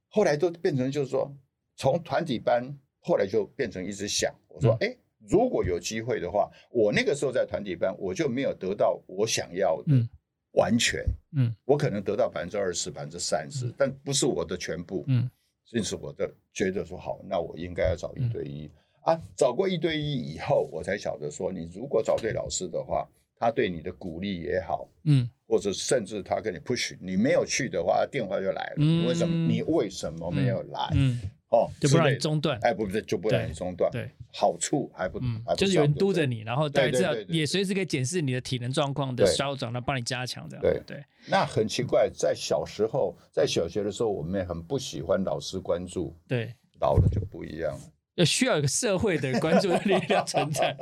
后来都变成就是说，从团体班后来就变成一直想，我说，
嗯
哎、如果有机会的话，我那个时候在团体班，我就没有得到我想要的
嗯
完全，
嗯
我可能得到百分之二十、百分之三十，但不是我的全部，
嗯
因此我就觉得说，好，那我应该要找一对一、啊。找过一对一以后，我才晓得说，你如果找对老师的话，他对你的鼓励也好，
嗯
或者甚至他跟你 push，你没有去的话，他电话就来了。
嗯
你为什么？你为什么没有来？
嗯，
哦，
就不
之
让
类
你
的。
中断，
哎，不对，就不让你中断。
对，
好处还不，
嗯
还，不
就是有人
少对不
督着
对。
你，然后大家
对对
知道
对对
也随时可以检视你的体能状况的
对
消长，然后帮你加强这样，
对
对，
那很奇怪，在小时候，在小学的时候，我们也很不喜欢老师关注，
对，
老了就不一样了。
要需要有个社会的关注的力 量存在。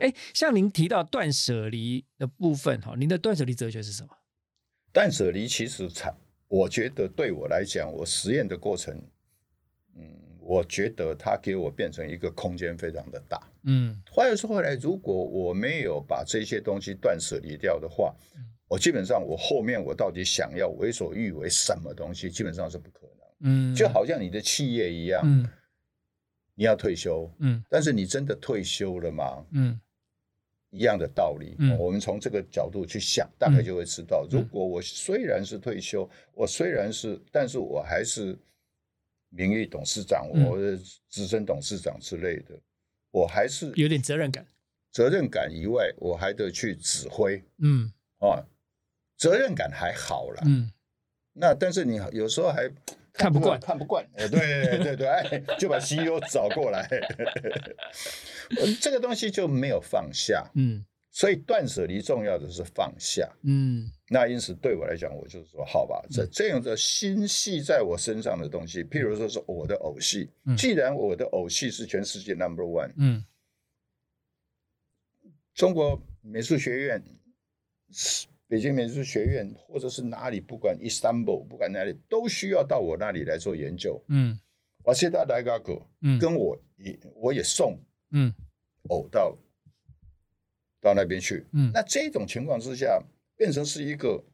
哎，像您提到断舍离的部分哈，您的断舍离哲学是什么？
断舍离其实才，我觉得对我来讲，我实验的过程，嗯，我觉得它给我变成一个空间非常的大。
嗯
话又说回来，如果我没有把这些东西断舍离掉的话，
嗯
我基本上我后面我到底想要为所欲为什么东西，基本上是不可能。
嗯，
就，好像你的企业一样，
嗯
你要退休，
嗯
但是你真的退休了吗？
嗯
一样的道理。
嗯
我们从这个角度去想，大概就会知道，如果我虽然是退休，我虽然是，但是我还是名誉董事长，
嗯
我的资深董事长之类的，我还是
有点责任感，
责任感以外，我还得去指挥
嗯
啊。责任感还好啦，
嗯
那但是你有时候还
看不惯
看不惯，哎，对对对对，哎，就把 CEO 找过来，我这个东西就没有放下，
嗯
所以断舍离重要的是放下。
嗯
那因此对我来讲，我就是说，好吧，这这样的心系在我身上的东西，譬如说是我的偶戏
嗯，
既然我的偶戏是全世界 number one，
嗯
中国美术学院、北京美术学院或者是哪里，不管 Istanbul，不管哪里，都需要到我那里来做研究。
嗯
瓦西达达嘎狗
嗯，
跟我也我也送
嗯
偶到到那边去。
嗯
那这种情况之下，变成是一个，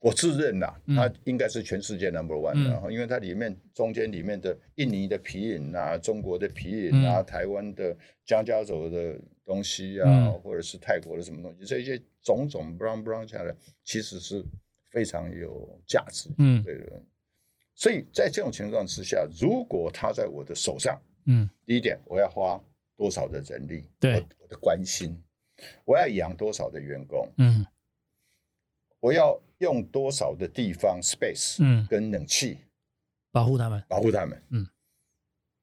我自认呐、
嗯
它应该是全世界 number one
嗯
的、因为它里面中间里面的印尼的皮影啊，中国的皮影啊，
嗯
台湾的江家走的东西啊，
嗯
或者是泰国的什么东西，这些种种 brown brown 下来，其实是非常有价值
嗯
对的。所以在这种情况之下，如果它在我的手上，
嗯
第一点，我要花多少的人力，
对
我我的关心，我要养多少的员工，
嗯
我要用多少的地方 space
嗯，
跟冷气
保护他们，
保护他们。
嗯，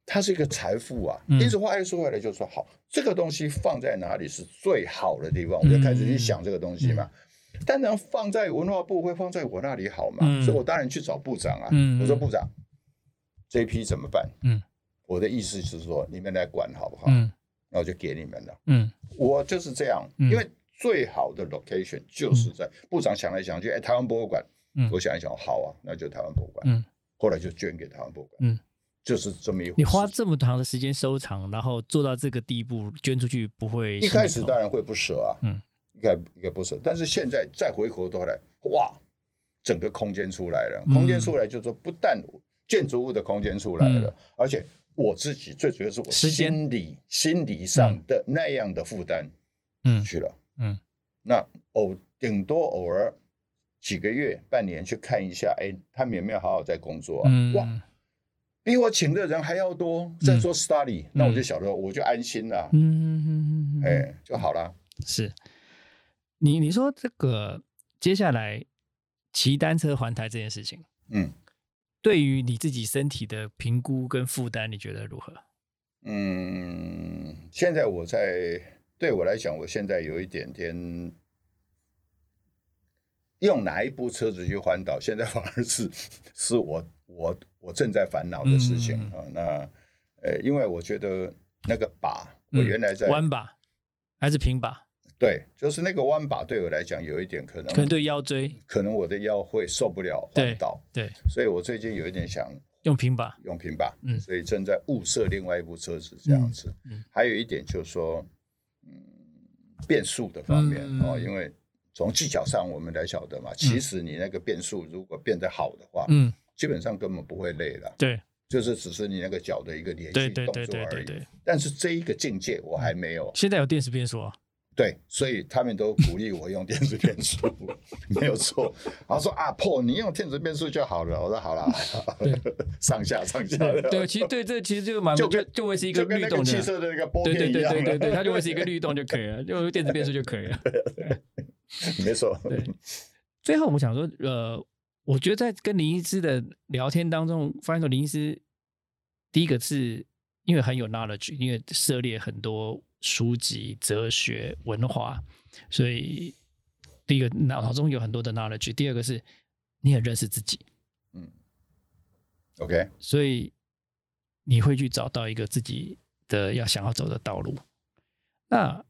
它是一个财富啊。
嗯
因此话又说回来，就是说好，这个东西放在哪里是最好的地方，我就开
嗯
始去想这个东西嘛。当然放在文化部会放在我那里好嘛，
嗯
所以我当然去找部长啊。
嗯
我说部长，这一批怎么办？
嗯，
我的意思是说，你们来管好不好？
嗯
那我就给你们了。
嗯
我就是这样，
嗯
因为最好的 location 就是在、部长想来想去，哎，台湾博物馆，
嗯
我想一想，好啊，那就台湾博物馆，
嗯，
后来就捐给台湾博物馆，
嗯，
就是这么一回事。
你花这么长的时间收藏，然后做到这个地步，捐出去不会
一开始当然会不舍啊，
嗯，
应该应该不舍，但是现在再回过头来，哇，整个空间出来了，
嗯
空间出来就是说不但建筑物的空间出来了，
嗯
而且我自己最主要是我
时间
心理心理上的那样的负担
嗯
去了。
嗯
那偶顶多偶尔几个月、半年去看一下，哎，他们有没有好好在工作、啊？哇，
嗯
比我请的人还要多，在做 study，、那我就晓得，我就安心了、
嗯
哎，就好了。
是，你你说这个接下来骑单车环台这件事情，
嗯
对于你自己身体的评估跟负担，你觉得如何？
嗯，现在我在对我来讲，我现在有一点点。用哪一部车子去环岛，现在反而是
嗯
是我我我正在烦恼的事情啊、那呃，因为我觉得那个把，
嗯
我原来在、
弯把还是平把，
对，就是那个弯把对我来讲有一点可能，
可能对腰椎，
可能我的腰会受不了
对
弯道，
对，
所以我最近有一点想
用平把，
用平把，
嗯
所以正在物色另外一部车子这样子。
嗯嗯
还有一点就是说，嗯，变速的方面、
嗯
哦，因为从技巧上我们来晓得嘛，其实你那个变速如果变得好的话，
嗯，
基本上根本不会累了，
对
就是只是你那个脚的一个连
对
续
对
动
对
作
对
而
对嗯
已。
对，
但是这一个境界我还没有，
现在有电子变速 啊，
对，所以他们都鼓励我用电子变速， 没有错。然后说啊，破你用电子变速就好了，我说好了， 上下上下的，
对，其实对这其实就蛮
啊就
就
跟
就会是一
就跟
律
那
动
个汽
的。
车的那个拨
对对
片一
对
样
对
啊，
对对，它就会是一个律动就可以了，就电子变速就可以了。
没错，
对，最后我想说，呃，我觉得在跟林医师的聊天当中，发现说林医师第一个是因为很有 knowledge，因为涉猎很多书籍、哲学、文化，所以第一个脑脑中有很多的 knowledge。第二个是你很认识自己，
嗯，OK，
所以你会去找到一个自己的要想要走的道路。那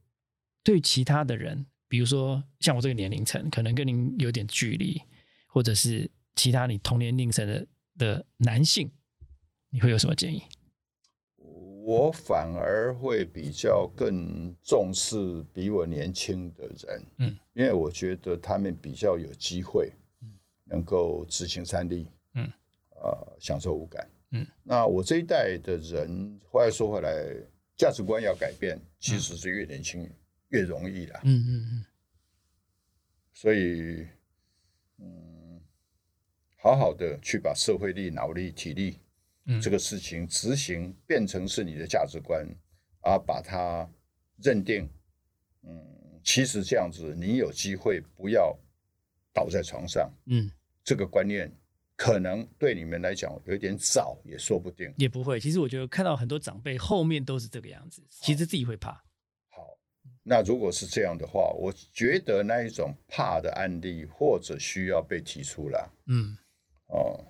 对其他的人，比如说像我这个年龄层，可能跟您有点距离，或者是其他你同年龄层的的男性，你会有什么建议？
我反而会比较更重视比我年轻的人，
嗯，
因为我觉得他们比较有机会，能够执行三力，
嗯，
呃，享受五感，
嗯，
那我这一代的人，话又说回来，价值观要改变，其实是越年轻越容易啦，
嗯嗯嗯，
所以，嗯，好好的去把社会力、脑力、体力，
嗯
这个事情执行变成是你的价值观，而把它认定，嗯，其实这样子，你有机会不要倒在床上，
嗯，
这个观念可能对你们来讲有点早，也说不定。
也不会。其实我觉得看到很多长辈后面都是这个样子，其实自己会怕。
好，那如果是这样的话，我觉得那一种怕的案例或者需要被提出来。
嗯
哦，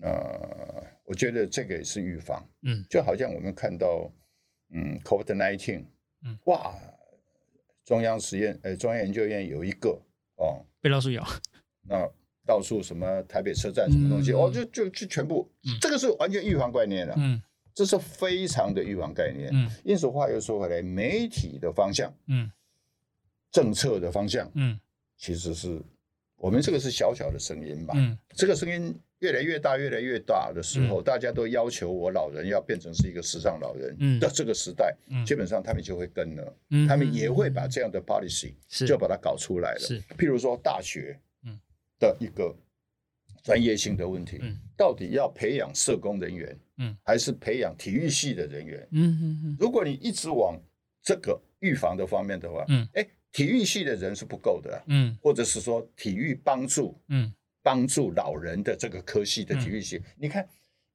呃，我觉得这个也是预防，
嗯
就好像我们看到，嗯，COVID nineteen，
嗯
哇，中央实验呃中央研究院有一个哦，
被老鼠咬。
那到处什么台北车站什么东西，
嗯
哦，就就就全部，这个是完全预防概念了、
嗯
这是非常的预防概念。
嗯
因此话又说回来，媒体的方向、
嗯
政策的方向，
嗯
其实是我们这个是小小的声音吧，
嗯
这个声音越来越大、越来越大的时候，大家都要求我老人要变成是一个时尚老人。
嗯
到这个时代，
嗯
基本上他们就会跟了，
嗯
他们也会把这样的 policy
是
就把它搞出来了。
是
譬如说大学
嗯
的一个专业性的问题，
嗯
到底要培养社工人员，
嗯
还是培养体育系的人员？
嗯嗯
如果你一直往这个预防的方面的话，
嗯，
哎，体育系的人是不够的啊、
嗯
或者是说体育帮助
嗯
帮助老人的这个科系的体育系，你看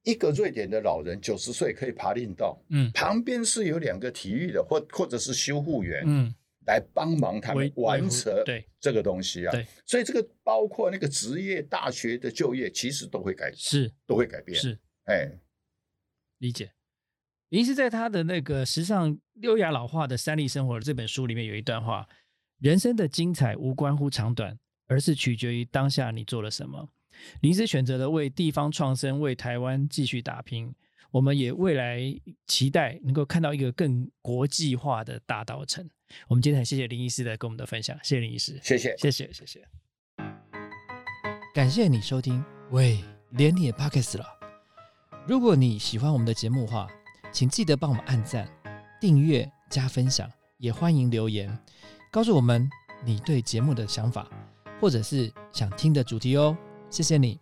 一个瑞典的老人九十岁可以爬林道，
嗯
旁边是有两个体育的或或者是修护员
嗯，
来帮忙他们
维维护
完成
对
这个东西啊
对。
所以这个包括那个职业大学的就业，其实都会改
是
都会改变。
是。
哎，
理解。林是在他的那个《时尚优雅老化的三丽生活》这本书里面有一段话：人生的精彩无关乎长短，而是取决于当下你做了什么。林是选择了为地方创生，为台湾继续打拼。我们也未来期待能够看到一个更国际化的大稻城。我们今天很谢谢林医师来跟我们的分享，谢谢林医师，
谢谢。
谢谢谢谢。感谢你收听，喂，连你也 p o c k e t 了。如果你喜欢我们的节目的话，请记得帮我们按赞、订阅、加分享，也欢迎留言告诉我们你对节目的想法，或者是想听的主题哦。谢谢你。